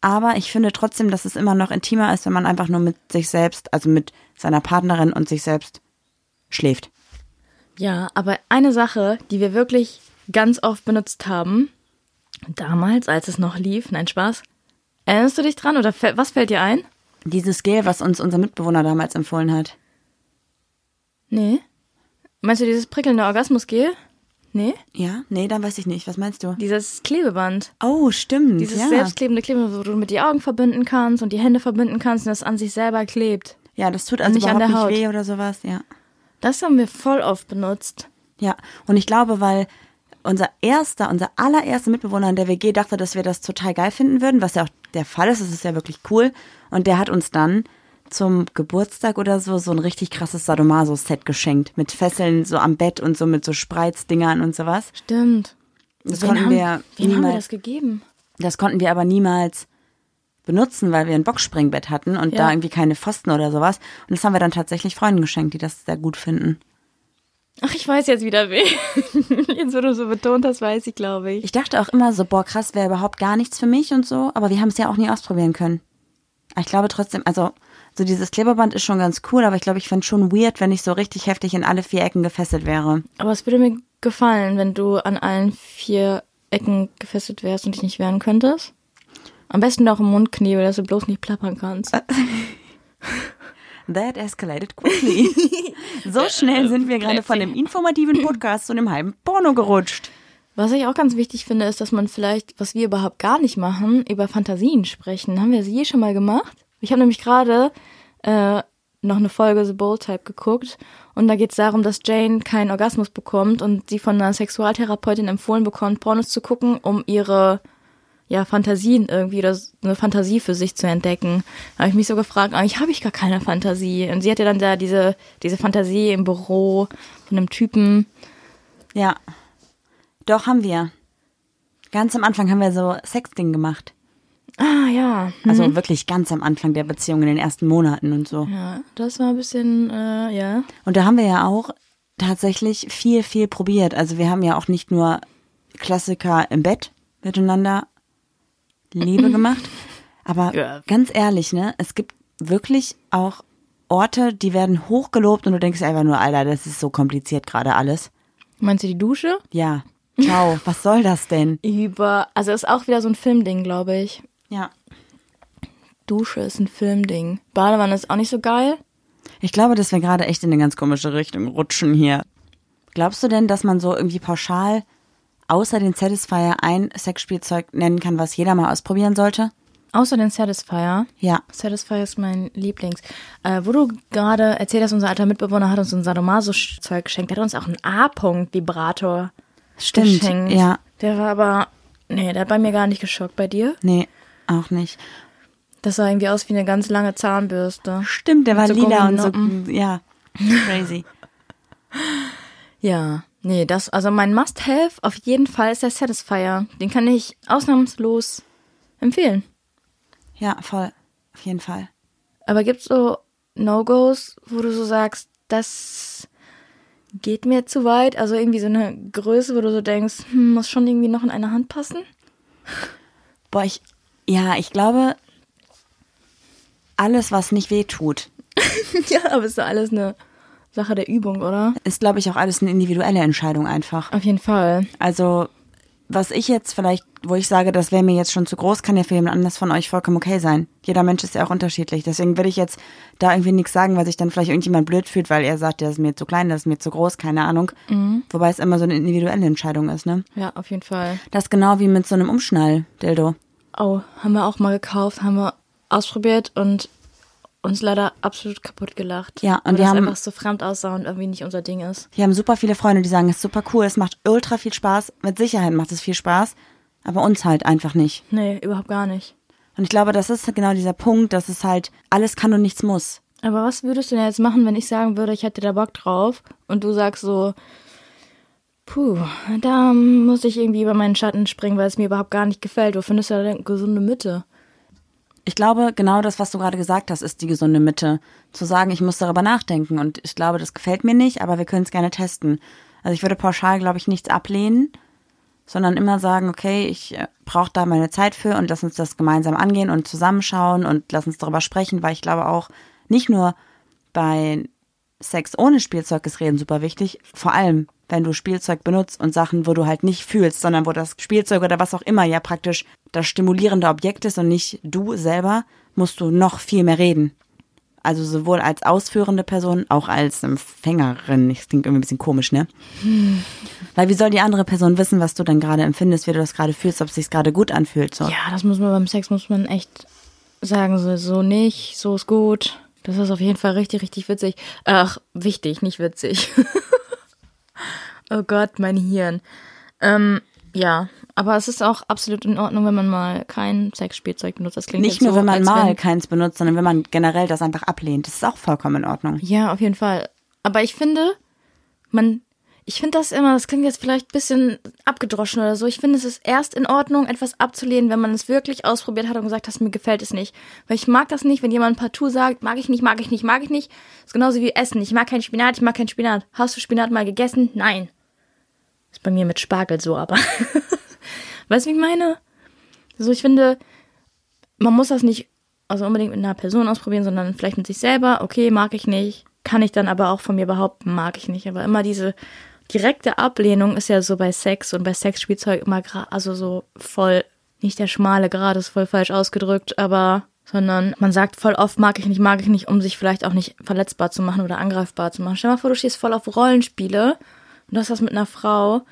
Aber ich finde trotzdem, dass es immer noch intimer ist, wenn man einfach nur mit sich selbst, also mit seiner Partnerin und sich selbst schläft.
Ja, aber eine Sache, die wir wirklich ganz oft benutzt haben, damals, als es noch lief, nein, Spaß. Erinnerst du dich dran oder fä- was fällt dir ein?
Dieses Gel, was uns unser Mitbewohner damals empfohlen hat.
Nee. Meinst du dieses prickelnde Orgasmusgel? Nee.
Ja? Nee, dann weiß ich nicht. Was meinst du?
Dieses Klebeband.
Oh, stimmt.
Dieses
ja.
selbstklebende Klebeband, wo du mit die Augen verbinden kannst und die Hände verbinden kannst und das an sich selber klebt.
ja, das tut also
Nicht an
überhaupt
der
nicht
Haut.
weh oder sowas, ja.
Das haben wir voll oft benutzt.
Ja, und ich glaube, weil unser erster, unser allererster Mitbewohner in der WG dachte, dass wir das total geil finden würden, was ja auch der Fall ist, das ist ja wirklich cool. Und der hat uns dann zum Geburtstag oder so so ein richtig krasses Sadomaso-Set geschenkt. Mit Fesseln so am Bett und so mit so Spreizdingern und sowas.
Stimmt.
Das
Wen
konnten
haben,
wir
wem haben wir
niemals-
das gegeben?
Das konnten wir aber niemals benutzen, weil wir ein Boxspringbett hatten und
Ja.
da irgendwie keine Pfosten oder sowas. Und das haben wir dann tatsächlich Freunden geschenkt, die das sehr gut finden.
Ach, ich weiß jetzt wieder wen. jetzt, wo du so betont hast, weiß ich, glaube ich.
Ich dachte auch immer so, boah, krass, wäre überhaupt gar nichts für mich und so, aber wir haben es ja auch nie ausprobieren können. Aber ich glaube trotzdem, also so dieses Kleberband ist schon ganz cool, aber ich glaube, ich fände schon weird, wenn ich so richtig heftig in alle vier Ecken gefesselt wäre.
Aber es würde mir gefallen, wenn du an allen vier Ecken gefesselt wärst und dich nicht wehren könntest. Am besten noch im Mundknebel, dass du bloß nicht plappern kannst.
That escalated quickly. so schnell sind wir gerade von dem informativen Podcast zu einem halben Porno gerutscht.
Was ich auch ganz wichtig finde, ist, dass man vielleicht, was wir überhaupt gar nicht machen, über Fantasien sprechen. Haben wir sie je schon mal gemacht? Ich habe nämlich gerade äh, noch eine Folge The Bold Type geguckt und da geht es darum, dass Jane keinen Orgasmus bekommt und sie von einer Sexualtherapeutin empfohlen bekommt, Pornos zu gucken, um ihre ja, Fantasien irgendwie oder s- eine Fantasie für sich zu entdecken. Da habe ich mich so gefragt, eigentlich habe ich gar keine Fantasie. Und sie hatte dann da diese, diese Fantasie im Büro von einem Typen.
Ja. Doch, haben wir. Ganz am Anfang haben wir so Sexding gemacht.
Ah ja.
Also wirklich ganz am Anfang der Beziehung in den ersten Monaten und so.
Ja, das war ein bisschen, äh, ja.
Und da haben wir ja auch tatsächlich viel, viel probiert. Also wir haben ja auch nicht nur Klassiker im Bett miteinander Liebe gemacht, aber
Ja.
ganz ehrlich, ne, es gibt wirklich auch Orte, die werden hochgelobt und du denkst einfach nur, Alter, das ist so kompliziert gerade alles.
Meinst du die Dusche?
Ja, ciao, was soll das denn?
Über, also ist auch wieder so ein Filmding, glaube ich.
Ja.
Dusche ist ein Filmding. Badewanne ist auch nicht so geil.
Ich glaube, dass wir gerade echt in eine ganz komische Richtung rutschen hier. Glaubst du denn, dass man so irgendwie pauschal außer den Satisfier ein Sexspielzeug nennen kann, was jeder mal ausprobieren sollte?
Außer den Satisfier.
Ja.
Satisfier ist mein Lieblings. Äh, wo du gerade erzählt hast, unser alter Mitbewohner hat uns so ein Sadomaso-Zeug geschenkt. Der hat uns auch einen A-Punkt-Vibrator
Stimmt.
geschenkt.
Ja.
Der war aber, nee, der hat bei mir gar nicht geschockt. Bei dir?
Nee, auch nicht.
Das sah irgendwie aus wie eine ganz lange Zahnbürste.
Stimmt, der war
so
lila und so. Mhm.
Gumminoppen.
Ja. Crazy.
Ja, nee, das, also mein Must-Have auf jeden Fall ist der Satisfier. Den kann ich ausnahmslos empfehlen.
Ja, voll. Auf jeden Fall.
Aber gibt's so No-Gos, wo du so sagst, das geht mir zu weit? Also irgendwie so eine Größe, wo du so denkst, hm, muss schon irgendwie noch in eine Hand passen?
Boah, ich. Ja, ich glaube, alles, was nicht weh tut,
ja, aber ist doch alles eine Sache der Übung, oder?
ist, glaube ich, auch alles eine individuelle Entscheidung einfach.
Auf jeden Fall.
Also, was ich jetzt vielleicht, wo ich sage, das wäre mir jetzt schon zu groß, kann ja für jemand anders von euch vollkommen okay sein. Jeder Mensch ist ja auch unterschiedlich. Deswegen würde ich jetzt da irgendwie nichts sagen, weil sich dann vielleicht irgendjemand blöd fühlt, weil er sagt, der ist mir zu klein, das ist mir zu groß, keine Ahnung. Wobei es immer so eine individuelle Entscheidung ist, ne?
Ja, auf jeden Fall.
Das ist genau wie mit so einem Umschnall-Dildo.
Oh, haben wir auch mal gekauft, haben wir ausprobiert und uns leider absolut kaputt gelacht.
Ja, und
weil
wir
das
haben-
einfach so fremd aussah und irgendwie nicht unser Ding ist.
Hier haben super viele Freunde, die sagen, es ist super cool, es macht ultra viel Spaß. Mit Sicherheit macht es viel Spaß, aber uns halt einfach nicht.
Nee, überhaupt gar nicht.
Und ich glaube, das ist genau dieser Punkt, dass es halt alles kann und nichts muss.
Aber was würdest du denn jetzt machen, wenn ich sagen würde, ich hätte da Bock drauf und du sagst so, puh, da muss ich irgendwie über meinen Schatten springen, weil es mir überhaupt gar nicht gefällt. Wo findest du da eine gesunde Mitte?
Ich glaube, genau das, was du gerade gesagt hast, ist die gesunde Mitte. Zu sagen, ich muss darüber nachdenken und ich glaube, das gefällt mir nicht, aber wir können es gerne testen. Also ich würde pauschal, glaube ich, nichts ablehnen, sondern immer sagen, okay, ich brauche da meine Zeit für und lass uns das gemeinsam angehen und zusammenschauen und lass uns darüber sprechen, weil ich glaube auch, nicht nur bei Sex ohne Spielzeug ist Reden super wichtig, vor allem wenn du Spielzeug benutzt und Sachen, wo du halt nicht fühlst, sondern wo das Spielzeug oder was auch immer ja praktisch das stimulierende Objekt ist und nicht du selber, musst du noch viel mehr reden. Also sowohl als ausführende Person, auch als Empfängerin. Das klingt irgendwie ein bisschen komisch, ne?
Hm.
Weil wie soll die andere Person wissen, was du dann gerade empfindest, wie du das gerade fühlst, ob es sich gerade gut anfühlt? So.
Ja, das muss man beim Sex, muss man echt sagen, so, so nicht, so ist gut. Das ist auf jeden Fall richtig, richtig witzig. Ach, wichtig, nicht witzig. oh Gott, mein Hirn. Ähm, ja, Aber es ist auch absolut in Ordnung, wenn man mal kein Sexspielzeug benutzt. Das klingt
Nicht
jetzt
nur,
so,
wenn man
also als
mal
wenn-
keins benutzt, sondern wenn man generell das einfach ablehnt. Das ist auch vollkommen in Ordnung.
Ja, auf jeden Fall. Aber ich finde, man, ich finde das immer, das klingt jetzt vielleicht ein bisschen abgedroschen oder so. Ich finde, es ist erst in Ordnung, etwas abzulehnen, wenn man es wirklich ausprobiert hat und gesagt hat, mir gefällt es nicht. Weil ich mag das nicht, wenn jemand partout sagt, mag ich nicht, mag ich nicht, mag ich nicht. Das ist genauso wie Essen. Ich mag kein Spinat, ich mag kein Spinat. Hast du Spinat mal gegessen? Nein. Ist bei mir mit Spargel so, aber. weißt du, wie ich meine? So, ich finde, man muss das nicht also unbedingt mit einer Person ausprobieren, sondern vielleicht mit sich selber. Okay, mag ich nicht. Kann ich dann aber auch von mir behaupten, mag ich nicht. Aber immer diese direkte Ablehnung ist ja so bei Sex und bei Sexspielzeug immer gra- also so voll, nicht der schmale Grad ist voll falsch ausgedrückt, aber sondern man sagt voll oft, mag ich nicht, mag ich nicht, um sich vielleicht auch nicht verletzbar zu machen oder angreifbar zu machen. Stell dir mal vor, du stehst voll auf Rollenspiele und du hast das mit einer Frau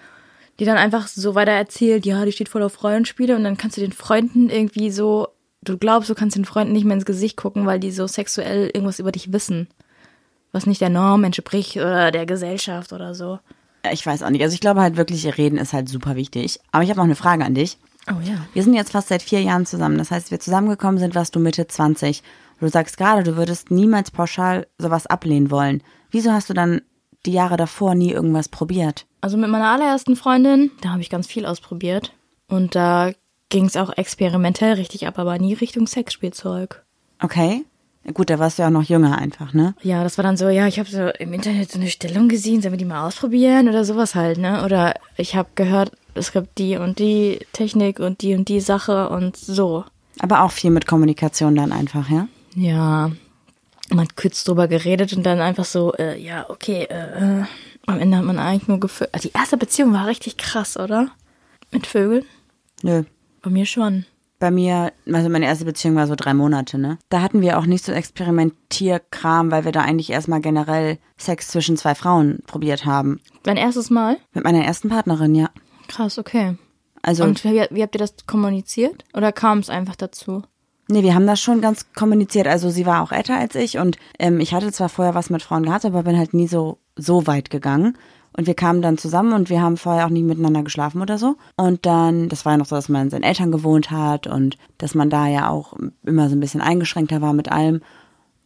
die dann einfach so weiter erzählt, ja, die steht voll auf Rollenspiele und dann kannst du den Freunden irgendwie so, du glaubst, du kannst den Freunden nicht mehr ins Gesicht gucken, weil die so sexuell irgendwas über dich wissen, was nicht der Norm entspricht oder der Gesellschaft oder so.
Ich weiß auch nicht. Also ich glaube halt wirklich, reden ist halt super wichtig. Aber ich habe noch eine Frage an dich.
Oh ja.
Wir sind jetzt fast seit vier Jahren zusammen. Das heißt, wir zusammengekommen sind, warst du Mitte 20. Du sagst gerade, du würdest niemals pauschal sowas ablehnen wollen. Wieso hast du dann die Jahre davor nie irgendwas probiert?
Also mit meiner allerersten Freundin, da habe ich ganz viel ausprobiert und da ging es auch experimentell richtig ab, aber nie Richtung Sexspielzeug.
Okay? Gut, da warst du ja auch noch jünger einfach, ne?
Ja, das war dann so, ja, ich habe so im Internet so eine Stellung gesehen, sollen wir die mal ausprobieren oder sowas halt, ne? Oder ich habe gehört, es gibt die und die Technik und die und die Sache und so.
Aber auch viel mit Kommunikation dann einfach, ja?
Ja, man hat kurz drüber geredet und dann einfach so, äh, ja, okay, äh, äh. am Ende hat man eigentlich nur gefühlt. Die erste Beziehung war richtig krass, oder? Mit Vögeln?
Nö.
Bei mir schon.
Bei mir, also meine erste Beziehung war so drei Monate, ne? Da hatten wir auch nicht so Experimentierkram, weil wir da eigentlich erstmal generell Sex zwischen zwei Frauen probiert haben.
Dein erstes Mal?
Mit meiner ersten Partnerin, ja.
Krass, okay.
Also,
Und wie, wie habt ihr das kommuniziert? Oder kam es einfach dazu?
nee, wir haben das schon ganz kommuniziert. Also sie war auch älter als ich und ähm, ich hatte zwar vorher was mit Frauen gehabt, aber bin halt nie so, so weit gegangen. Und wir kamen dann zusammen und wir haben vorher auch nicht miteinander geschlafen oder so. Und dann, das war ja noch so, dass man in seinen Eltern gewohnt hat und dass man da ja auch immer so ein bisschen eingeschränkter war mit allem.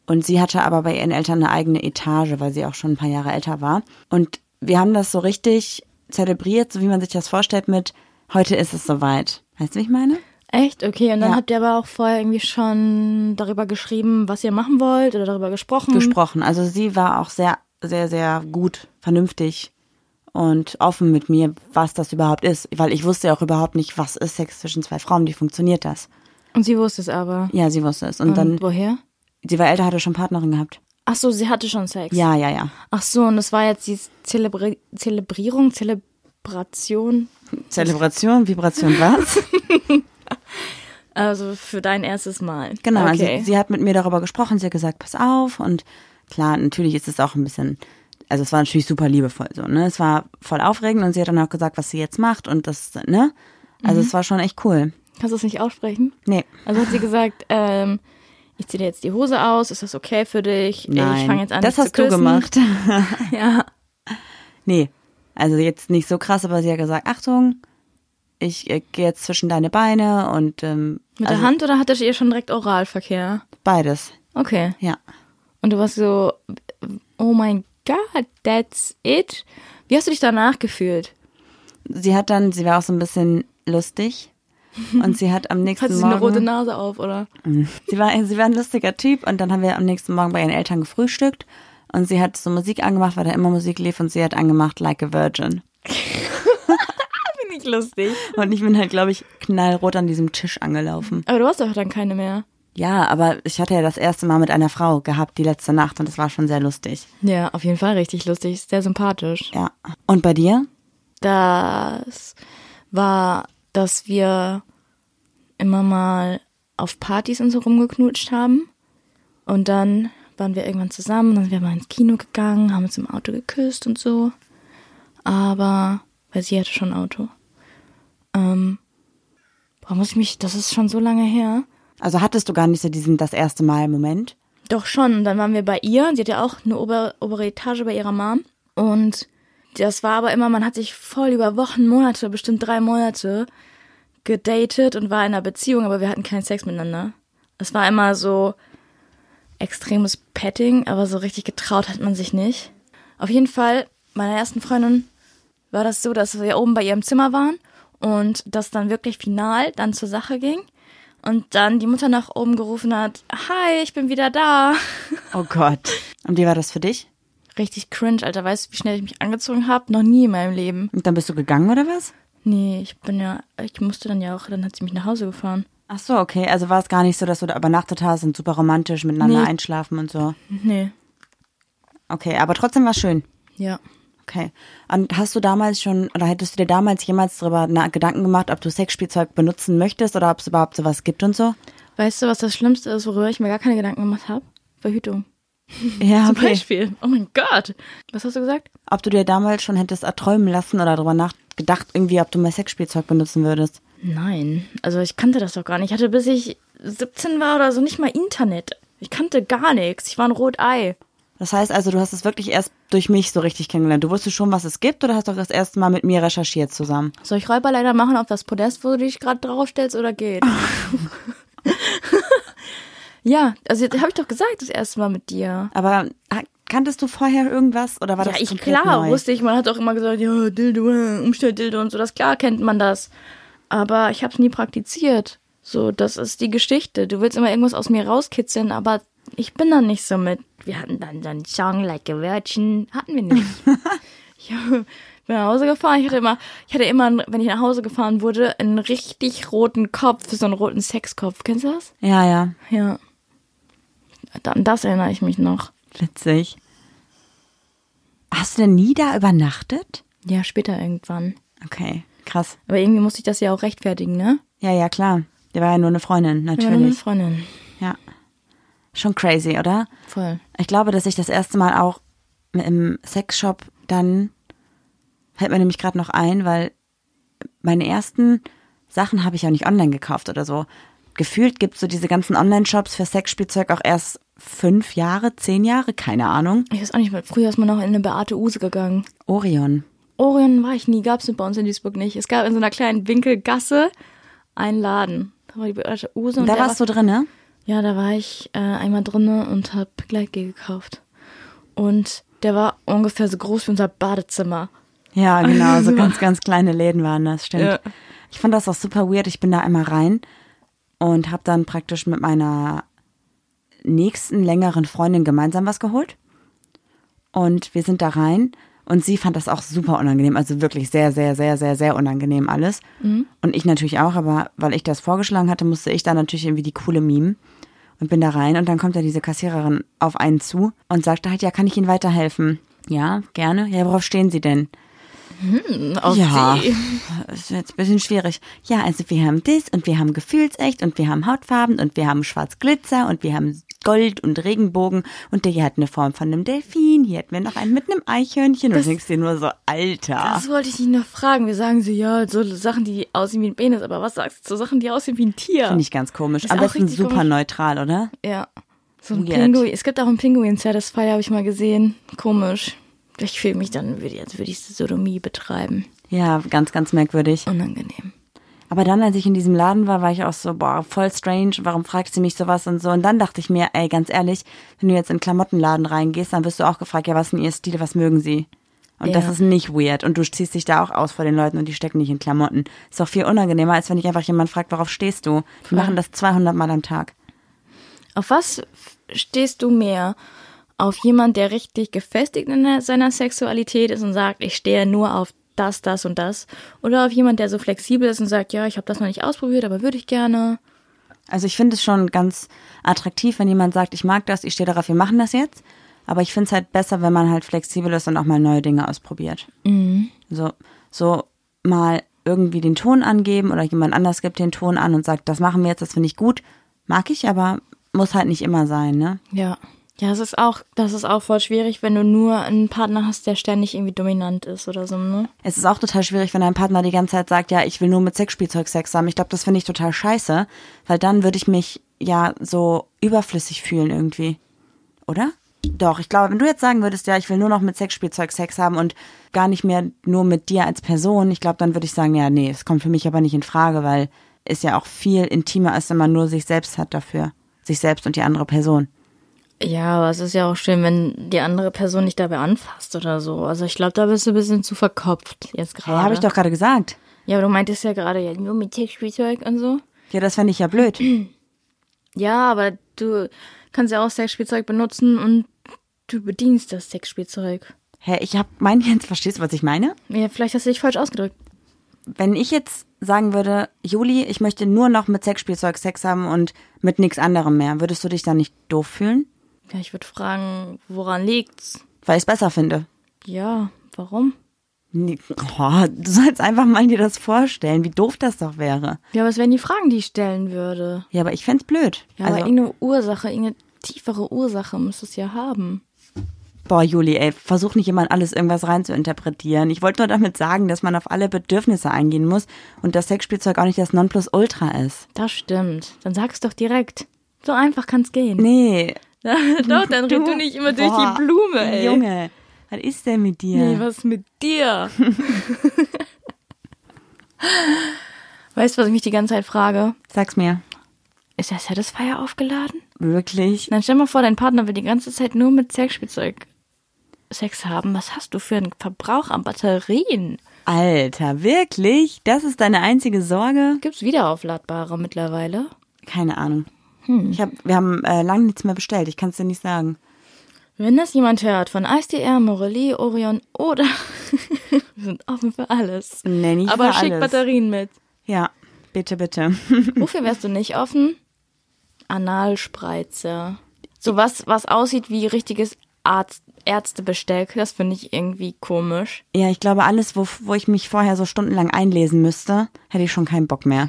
Und sie hatte aber bei ihren Eltern eine eigene Etage, weil sie auch schon ein paar Jahre älter war. Und wir haben das so richtig zelebriert, so wie man sich das vorstellt mit, heute ist es soweit. Weißt du, wie ich meine?
Echt? Okay, und dann
Ja.
habt ihr aber auch vorher irgendwie schon darüber geschrieben, was ihr machen wollt oder darüber gesprochen.
gesprochen. Also sie war auch sehr, sehr, sehr gut, vernünftig und offen mit mir, was das überhaupt ist. Weil ich wusste ja auch überhaupt nicht, was ist Sex zwischen zwei Frauen, wie funktioniert das?
und sie wusste es aber.
Ja, sie wusste es. Und,
Und
dann,
woher?
sie war älter, hatte schon Partnerin gehabt.
Ach so, sie hatte schon Sex.
Ja, ja, ja.
Ach so, und das war jetzt die Zelebri Zelebrierung, Zelebration,
Zelebration, Vibration, was?
also für dein erstes Mal.
genau,
Okay.
also sie hat mit mir darüber gesprochen, sie hat gesagt, pass auf. Und klar, natürlich ist es auch ein bisschen, also es war natürlich super liebevoll so, ne? Es war voll aufregend und sie hat dann auch gesagt, was sie jetzt macht und das, ne? Also es war schon echt cool.
Kannst du es nicht aussprechen?
Nee.
Also hat sie gesagt, ähm, ich ziehe dir jetzt die Hose aus, ist das okay für dich?
Nein,
Ich fange jetzt an,
das
dich
hast
zu
du
küssen.
gemacht.
Ja.
Nee, also jetzt nicht so krass, aber sie hat gesagt, Achtung, ich äh, gehe jetzt zwischen deine Beine und ähm,
Mit
also
der Hand oder hattet ihr schon direkt Oralverkehr?
beides,
Okay.
ja.
Und du warst so, oh mein Gott, that's it. Wie hast du dich danach gefühlt?
Sie hat dann, sie war auch so ein bisschen lustig und sie hat am nächsten
Hatte sie
Morgen,
eine rote Nase auf, oder?
sie war, sie war ein lustiger Typ und dann haben wir am nächsten Morgen bei ihren Eltern gefrühstückt und sie hat so Musik angemacht, weil da immer Musik lief und sie hat angemacht Like a Virgin
Finde ich lustig.
und ich bin halt, glaube ich, knallrot an diesem Tisch angelaufen.
Aber du hast doch dann keine mehr.
Ja, aber ich hatte ja das erste Mal mit einer Frau gehabt die letzte Nacht und das war schon sehr lustig.
Ja, auf jeden Fall richtig lustig, sehr sympathisch.
Ja. Und bei dir?
Das war, dass wir immer mal auf Partys und so rumgeknutscht haben. Und dann waren wir irgendwann zusammen, dann sind wir mal ins Kino gegangen, haben uns im Auto geküsst und so. Aber, weil sie hatte schon ein Auto. Ähm, boah, muss ich mich, das ist schon so lange her.
Also hattest du gar nicht so diesen das erste Mal Moment?
Doch schon. Und dann waren wir bei ihr. Sie hat ja auch eine ober, obere Etage bei ihrer Mom. Und das war aber immer, man hat sich voll über Wochen, Monate, bestimmt drei Monate, gedatet und war in einer Beziehung, aber wir hatten keinen Sex miteinander. Es war immer so extremes Petting, aber so richtig getraut hat man sich nicht. Auf jeden Fall, meiner ersten Freundin war das so, dass wir oben bei ihrem Zimmer waren und das dann wirklich final dann zur Sache ging. Und dann die Mutter nach oben gerufen hat, hi, ich bin wieder da.
Oh Gott. Und wie war das für dich?
Richtig cringe, Alter. Weißt du, wie schnell ich mich angezogen habe? Noch nie in meinem Leben.
Und dann bist du gegangen oder was?
Nee, ich bin ja, ich musste dann ja auch, dann hat sie mich nach Hause gefahren.
Ach so, okay. Also war es gar nicht so, dass du da übernachtet hast und super romantisch miteinander
Nee.
einschlafen und so.
Nee.
Okay, aber trotzdem war schön.
Ja.
Okay. Und hast du damals schon, oder hättest du dir damals jemals darüber na, Gedanken gemacht, ob du Sexspielzeug benutzen möchtest oder ob es überhaupt sowas gibt und so?
Weißt du, was das Schlimmste ist, worüber ich mir gar keine Gedanken gemacht habe? Verhütung.
Ja,
Zum Beispiel. Oh mein Gott. Was hast du gesagt?
Ob du dir damals schon hättest erträumen lassen oder darüber nachgedacht, irgendwie, ob du mal Sexspielzeug benutzen würdest?
Nein. Also ich kannte das doch gar nicht. Ich hatte, bis ich 17 war oder so, nicht mal Internet. Ich kannte gar nichts. Ich war ein Rotei.
Das heißt also, du hast es wirklich erst durch mich so richtig kennengelernt. Du wusstest schon, was es gibt oder hast doch das erste Mal mit mir recherchiert zusammen?
Soll ich Räuber leider machen auf das Podest, wo du dich gerade draufstellst oder geht? ja, also jetzt habe ich doch gesagt, das erste Mal mit dir.
Aber ha- kanntest du vorher irgendwas oder war
Ja,
das
ich
komplett
klar
neu?
wusste ich, man hat auch immer gesagt, ja, Dildo, äh, Umstelldildo und so, das klar kennt man das. Aber ich habe es nie praktiziert. So, das ist die Geschichte. Du willst immer irgendwas aus mir rauskitzeln, aber ich bin da nicht so mit. Wir hatten dann dann Song like a Virgin, hatten wir nicht. ich bin nach Hause gefahren, ich hatte immer, ich hatte immer, wenn ich nach Hause gefahren wurde, einen richtig roten Kopf, so einen roten Sexkopf. Kennst du das?
Ja, ja.
Ja. An das erinnere ich mich noch.
Witzig. Hast du denn nie da übernachtet?
Ja, später irgendwann.
Okay, krass.
Aber irgendwie muss ich das ja auch rechtfertigen, ne?
Ja, ja, klar. Der war ja nur eine Freundin,
Ich war nur mit
natürlich.
Freundin.
Ja. Schon crazy, oder?
Voll.
Ich glaube, dass ich das erste Mal auch im Sexshop dann, fällt mir nämlich gerade noch ein, weil meine ersten Sachen habe ich auch nicht online gekauft oder so. Gefühlt gibt es so diese ganzen Online-Shops für Sexspielzeug auch erst fünf Jahre, zehn Jahre, keine Ahnung.
Ich weiß auch nicht, weil früher ist man noch in eine Beate Use gegangen.
Orion.
Orion war ich nie, gab's bei uns in Duisburg nicht. Es gab in so einer kleinen Winkelgasse einen Laden. Da war die Beate Use und
da
der
warst
war,
du drin, ne?
Ja, da war ich äh, einmal drinne und hab Gleitgel gekauft. Und der war ungefähr so groß wie unser Badezimmer.
Ja, genau, so ganz, ganz kleine Läden waren das, stimmt.
Ja.
Ich fand das auch super weird. Ich bin da einmal rein und habe dann praktisch mit meiner nächsten längeren Freundin gemeinsam was geholt. Und wir sind da rein und sie fand das auch super unangenehm. Also wirklich sehr, sehr, sehr, sehr, sehr unangenehm alles. Und ich natürlich auch, aber weil ich das vorgeschlagen hatte, musste ich da natürlich irgendwie die coole Meme und bin da rein und dann kommt da diese Kassiererin auf einen zu und sagte halt, ja, kann ich Ihnen weiterhelfen? Ja, gerne. Ja, worauf stehen Sie denn?
Auf
Ja,
See.
ist jetzt ein bisschen schwierig. Ja, also wir haben das und wir haben Gefühlsecht und wir haben Hautfarben und wir haben Schwarzglitzer und wir haben Gold und Regenbogen und der hier hat eine Form von einem Delfin, hier hatten wir noch einen mit einem Eichhörnchen und du denkst dir nur so, Alter.
Das wollte ich dich noch fragen. Wir sagen so, ja, so Sachen, die aussehen wie ein Penis, aber was sagst du zu Sachen, die aussehen wie ein Tier?
Finde ich ganz komisch.
Ist
Am
auch
besten
richtig
super
komisch.
neutral, oder?
Ja. So ein
Weird.
Pinguin. Es gibt auch einen Pinguin-Satisfier, habe ich mal gesehen. Komisch. Ich fühle mich dann, würde- als würde ich Sodomie betreiben.
Ja, ganz, ganz merkwürdig.
Unangenehm.
Aber dann, als ich in diesem Laden war, war ich auch so, boah, voll strange, warum fragt sie mich sowas und so. Und dann dachte ich mir, ey, ganz ehrlich, wenn du jetzt in einen Klamottenladen reingehst, dann wirst du auch gefragt, ja, was ist denn ihr Stil, was mögen sie? Und das
Ja.
ist nicht weird. Und du ziehst dich da auch aus vor den Leuten und die stecken nicht in Klamotten. Ist doch viel unangenehmer, als wenn dich einfach jemand fragt, worauf stehst du? Die machen das 200 Mal am Tag.
Auf was f- stehst du mehr? Auf jemand, der richtig gefestigt in der- seiner Sexualität ist und sagt, ich stehe nur auf das, das und das? Oder auf jemand, der so flexibel ist und sagt, ja, ich habe das noch nicht ausprobiert, aber würde ich gerne?
Also ich finde es schon ganz attraktiv, wenn jemand sagt, ich mag das, ich stehe darauf, wir machen das jetzt. Aber ich finde es halt besser, wenn man halt flexibel ist und auch mal neue Dinge ausprobiert. So, so mal irgendwie den Ton angeben oder jemand anders gibt den Ton an und sagt, das machen wir jetzt, das finde ich gut, mag ich, aber muss halt nicht immer sein, ne?
Ja. Ja, es ist auch, das ist auch voll schwierig, wenn du nur einen Partner hast, der ständig irgendwie dominant ist oder so, ne?
Es ist auch total schwierig, wenn dein Partner die ganze Zeit sagt, ja, ich will nur mit Sexspielzeug Sex haben. Ich glaube, das finde ich total scheiße, weil dann würde ich mich ja so überflüssig fühlen irgendwie. Oder? Doch, ich glaube, wenn du jetzt sagen würdest, ja, ich will nur noch mit Sexspielzeug Sex haben und gar nicht mehr nur mit dir als Person, ich glaube, dann würde ich sagen, ja, nee, es kommt für mich aber nicht in Frage, weil es ja auch viel intimer ist, wenn man nur sich selbst hat dafür. Sich selbst und die andere Person.
Ja, aber es ist ja auch schön, wenn die andere Person dich dabei anfasst oder so. Also ich glaube, da bist du ein bisschen zu verkopft jetzt gerade.
Ja, habe ich doch gerade gesagt.
Ja, aber du meintest ja gerade ja nur mit Sexspielzeug und so.
Ja, das fände ich ja blöd.
Ja, aber du kannst ja auch Sexspielzeug benutzen und du bedienst das Sexspielzeug.
Hä, ich habe mein jetzt, verstehst du, was ich meine?
Ja, vielleicht hast du dich falsch ausgedrückt.
Wenn ich jetzt sagen würde, Juli, ich möchte nur noch mit Sexspielzeug Sex haben und mit nichts anderem mehr, würdest du dich dann nicht doof fühlen?
Ja, ich würde fragen, woran liegt's?
Weil ich es besser finde.
Ja, warum?
Nee, Oh, du sollst einfach mal dir das vorstellen, wie doof das doch wäre.
Ja, was wären die Fragen, die ich stellen würde?
Ja, aber ich fänd's blöd.
Ja,
also,
aber irgendeine Ursache, irgendeine tiefere Ursache müsste es ja haben.
boah, Juli, ey, versuch nicht immer in alles irgendwas reinzuinterpretieren. Ich wollte nur damit sagen, dass man auf alle Bedürfnisse eingehen muss und dass Sexspielzeug auch nicht das Nonplusultra ist.
Das stimmt. Dann sag's doch direkt. So einfach kann's gehen.
Nee.
Doch, dann red du nicht immer durch
Boah,
die Blume, ey.
Junge, was ist denn mit dir?
Nee, was mit dir? weißt du, was ich mich die ganze Zeit frage?
Sag's mir.
Ist der Satisfier aufgeladen?
Wirklich?
Dann stell mal vor, dein Partner will die ganze Zeit nur mit Sexspielzeug Sex haben. Was hast du für einen Verbrauch an Batterien?
Alter, wirklich? Das ist deine einzige Sorge?
Gibt's wiederaufladbare mittlerweile?
Keine Ahnung. Ich hab, wir haben äh, lange nichts mehr bestellt. Ich kann's dir nicht sagen.
Wenn das jemand hört von ICDR, Morelli, Orion oder wir sind offen für alles.
Nee, nicht
Aber
für
schick
alles.
Batterien mit.
Ja, bitte, bitte.
Wofür wärst du nicht offen? Analspreize. So was, was aussieht wie richtiges Arzt, Ärztebesteck. Das finde ich irgendwie komisch.
ja, ich glaube, alles, wo, wo ich mich vorher so stundenlang einlesen müsste, hätte ich schon keinen Bock mehr.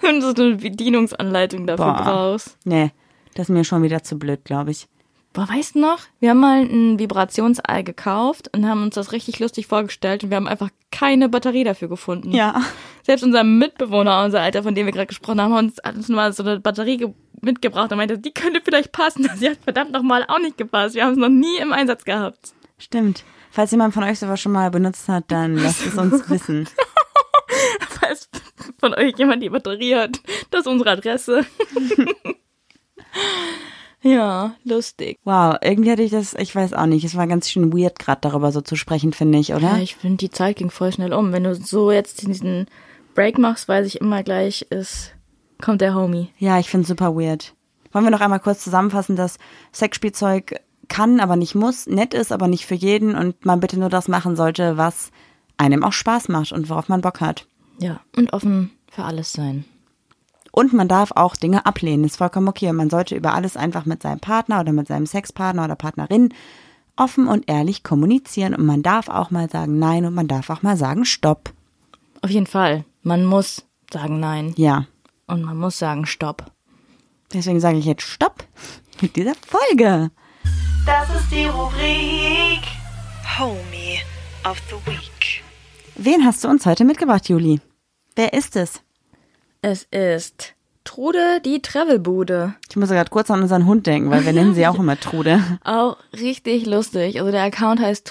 Wenn du so eine Bedienungsanleitung dafür
Boah.
brauchst.
Nee, das ist mir schon wieder zu blöd, glaube ich.
Boah, weißt du noch? Wir haben mal ein Vibrationsei gekauft und haben uns das richtig lustig vorgestellt und wir haben einfach keine Batterie dafür gefunden.
Ja.
Selbst unser Mitbewohner, unser Alter, von dem wir gerade gesprochen haben, hat uns, hat uns mal so eine Batterie ge- mitgebracht und meinte, die könnte vielleicht passen. Sie hat verdammt nochmal auch nicht gepasst. Wir haben es noch nie im Einsatz gehabt.
Stimmt. Falls jemand von euch sowas schon mal benutzt hat, dann lasst es uns wissen.
Falls von euch jemand die Batterie hat, das ist unsere Adresse. ja, lustig.
Wow, irgendwie hatte ich das, ich weiß auch nicht, es war ganz schön weird, gerade darüber so zu sprechen, finde ich, oder?
Ja, ich finde, die Zeit ging voll schnell um. Wenn du so jetzt diesen Break machst, weiß ich immer gleich, es kommt der Homie.
Ja, ich finde super weird. Wollen wir noch einmal kurz zusammenfassen, dass Sexspielzeug kann, aber nicht muss, nett ist, aber nicht für jeden und man bitte nur das machen sollte, was einem auch Spaß macht und worauf man Bock hat.
Ja, und offen für alles sein.
Und man darf auch Dinge ablehnen, ist vollkommen okay. Und man sollte über alles einfach mit seinem Partner oder mit seinem Sexpartner oder Partnerin offen und ehrlich kommunizieren. Und man darf auch mal sagen Nein und man darf auch mal sagen Stopp.
Auf jeden Fall. Man muss sagen Nein.
Ja,
Und man muss sagen Stopp.
deswegen sage ich jetzt Stopp mit dieser Folge.
Das ist die Rubrik Homie of the Week.
Wen hast du uns heute mitgebracht, Juli? Wer ist es?
Es ist Trude die Travelbude.
Ich muss gerade kurz an unseren Hund denken, weil wir nennen sie auch immer Trude.
Auch richtig lustig. Also der Account heißt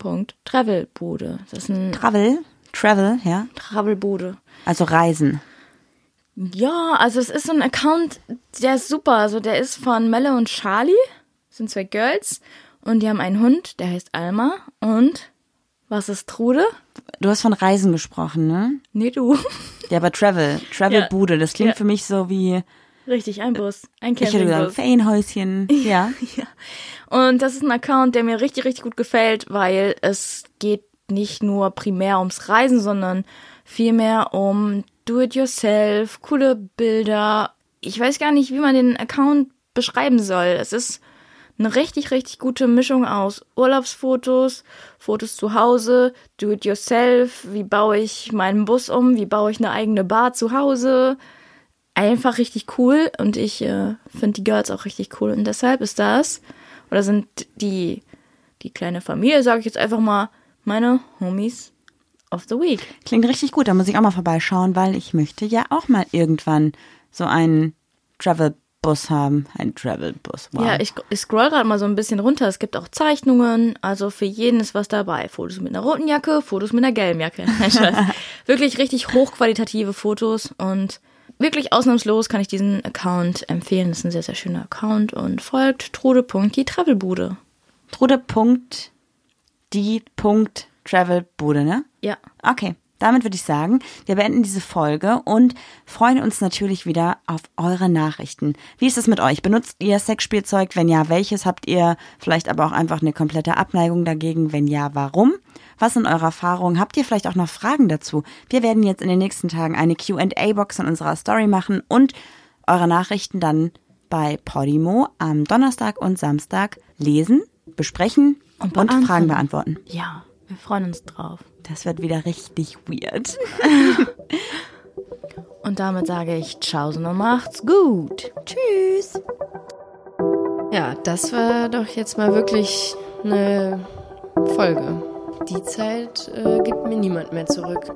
trude.die.travelbude. Das ist ein
Travel, Travel, ja.
Travelbude.
Also Reisen.
Ja, also es ist so ein Account, der ist super. Also der ist von Melle und Charlie. Das sind zwei Girls. Und die haben einen Hund, der heißt Alma. Und was ist Trude?
Du hast von Reisen gesprochen, ne?
Nee, du.
Ja, aber Travel, Travel
Ja.
Bude, das klingt
Ja.
für mich so wie,
Richtig, ein Bus. Ein
ich hätte gesagt,
Campingbus.
Ferienhäuschen. Ja.
Und das ist ein Account, der mir richtig, richtig gut gefällt, weil es geht nicht nur primär ums Reisen, sondern vielmehr um Do-it-yourself, coole Bilder. Ich weiß gar nicht, wie man den Account beschreiben soll. Es ist eine richtig, richtig gute Mischung aus Urlaubsfotos, Fotos zu Hause, Do-it-yourself, wie baue ich meinen Bus um, wie baue ich eine eigene Bar zu Hause, einfach richtig cool und ich äh, finde die Girls auch richtig cool und deshalb ist das oder sind die die kleine Familie, sage ich jetzt einfach mal, meine Homies of the Week.
Klingt richtig gut, da muss ich auch mal vorbeischauen, weil ich möchte ja auch mal irgendwann so einen Travel Bus haben, einen Travel-Bus. Wow.
Ja, ich, ich scroll gerade mal so ein bisschen runter. Es gibt auch Zeichnungen. Also für jeden ist was dabei. Fotos mit einer roten Jacke, Fotos mit einer gelben Jacke. Nein, Scherz. wirklich richtig hochqualitative Fotos und wirklich ausnahmslos kann ich diesen Account empfehlen. Das ist ein sehr, sehr schöner Account und folgt trude.die Travelbude.
Trude. Punkt, die Punkt Travel Bude, ne?
Ja.
Okay. Damit würde ich sagen, wir beenden diese Folge und freuen uns natürlich wieder auf eure Nachrichten. Wie ist es mit euch? Benutzt ihr Sexspielzeug? Wenn ja, welches? Habt ihr vielleicht aber auch einfach eine komplette Abneigung dagegen? Wenn ja, warum? Was sind eure Erfahrungen? Habt ihr vielleicht auch noch Fragen dazu? Wir werden jetzt in den nächsten Tagen eine QA-Box in unserer Story machen und eure Nachrichten dann bei Podimo am Donnerstag und Samstag lesen, besprechen und,
beantworten.
Fragen beantworten.
Ja, wir freuen uns drauf.
Das wird wieder richtig weird.
Und damit sage ich Tschaußen und macht's gut.
Tschüss.
Ja, das war doch jetzt mal wirklich eine Folge. Die Zeit äh, gibt mir niemand mehr zurück.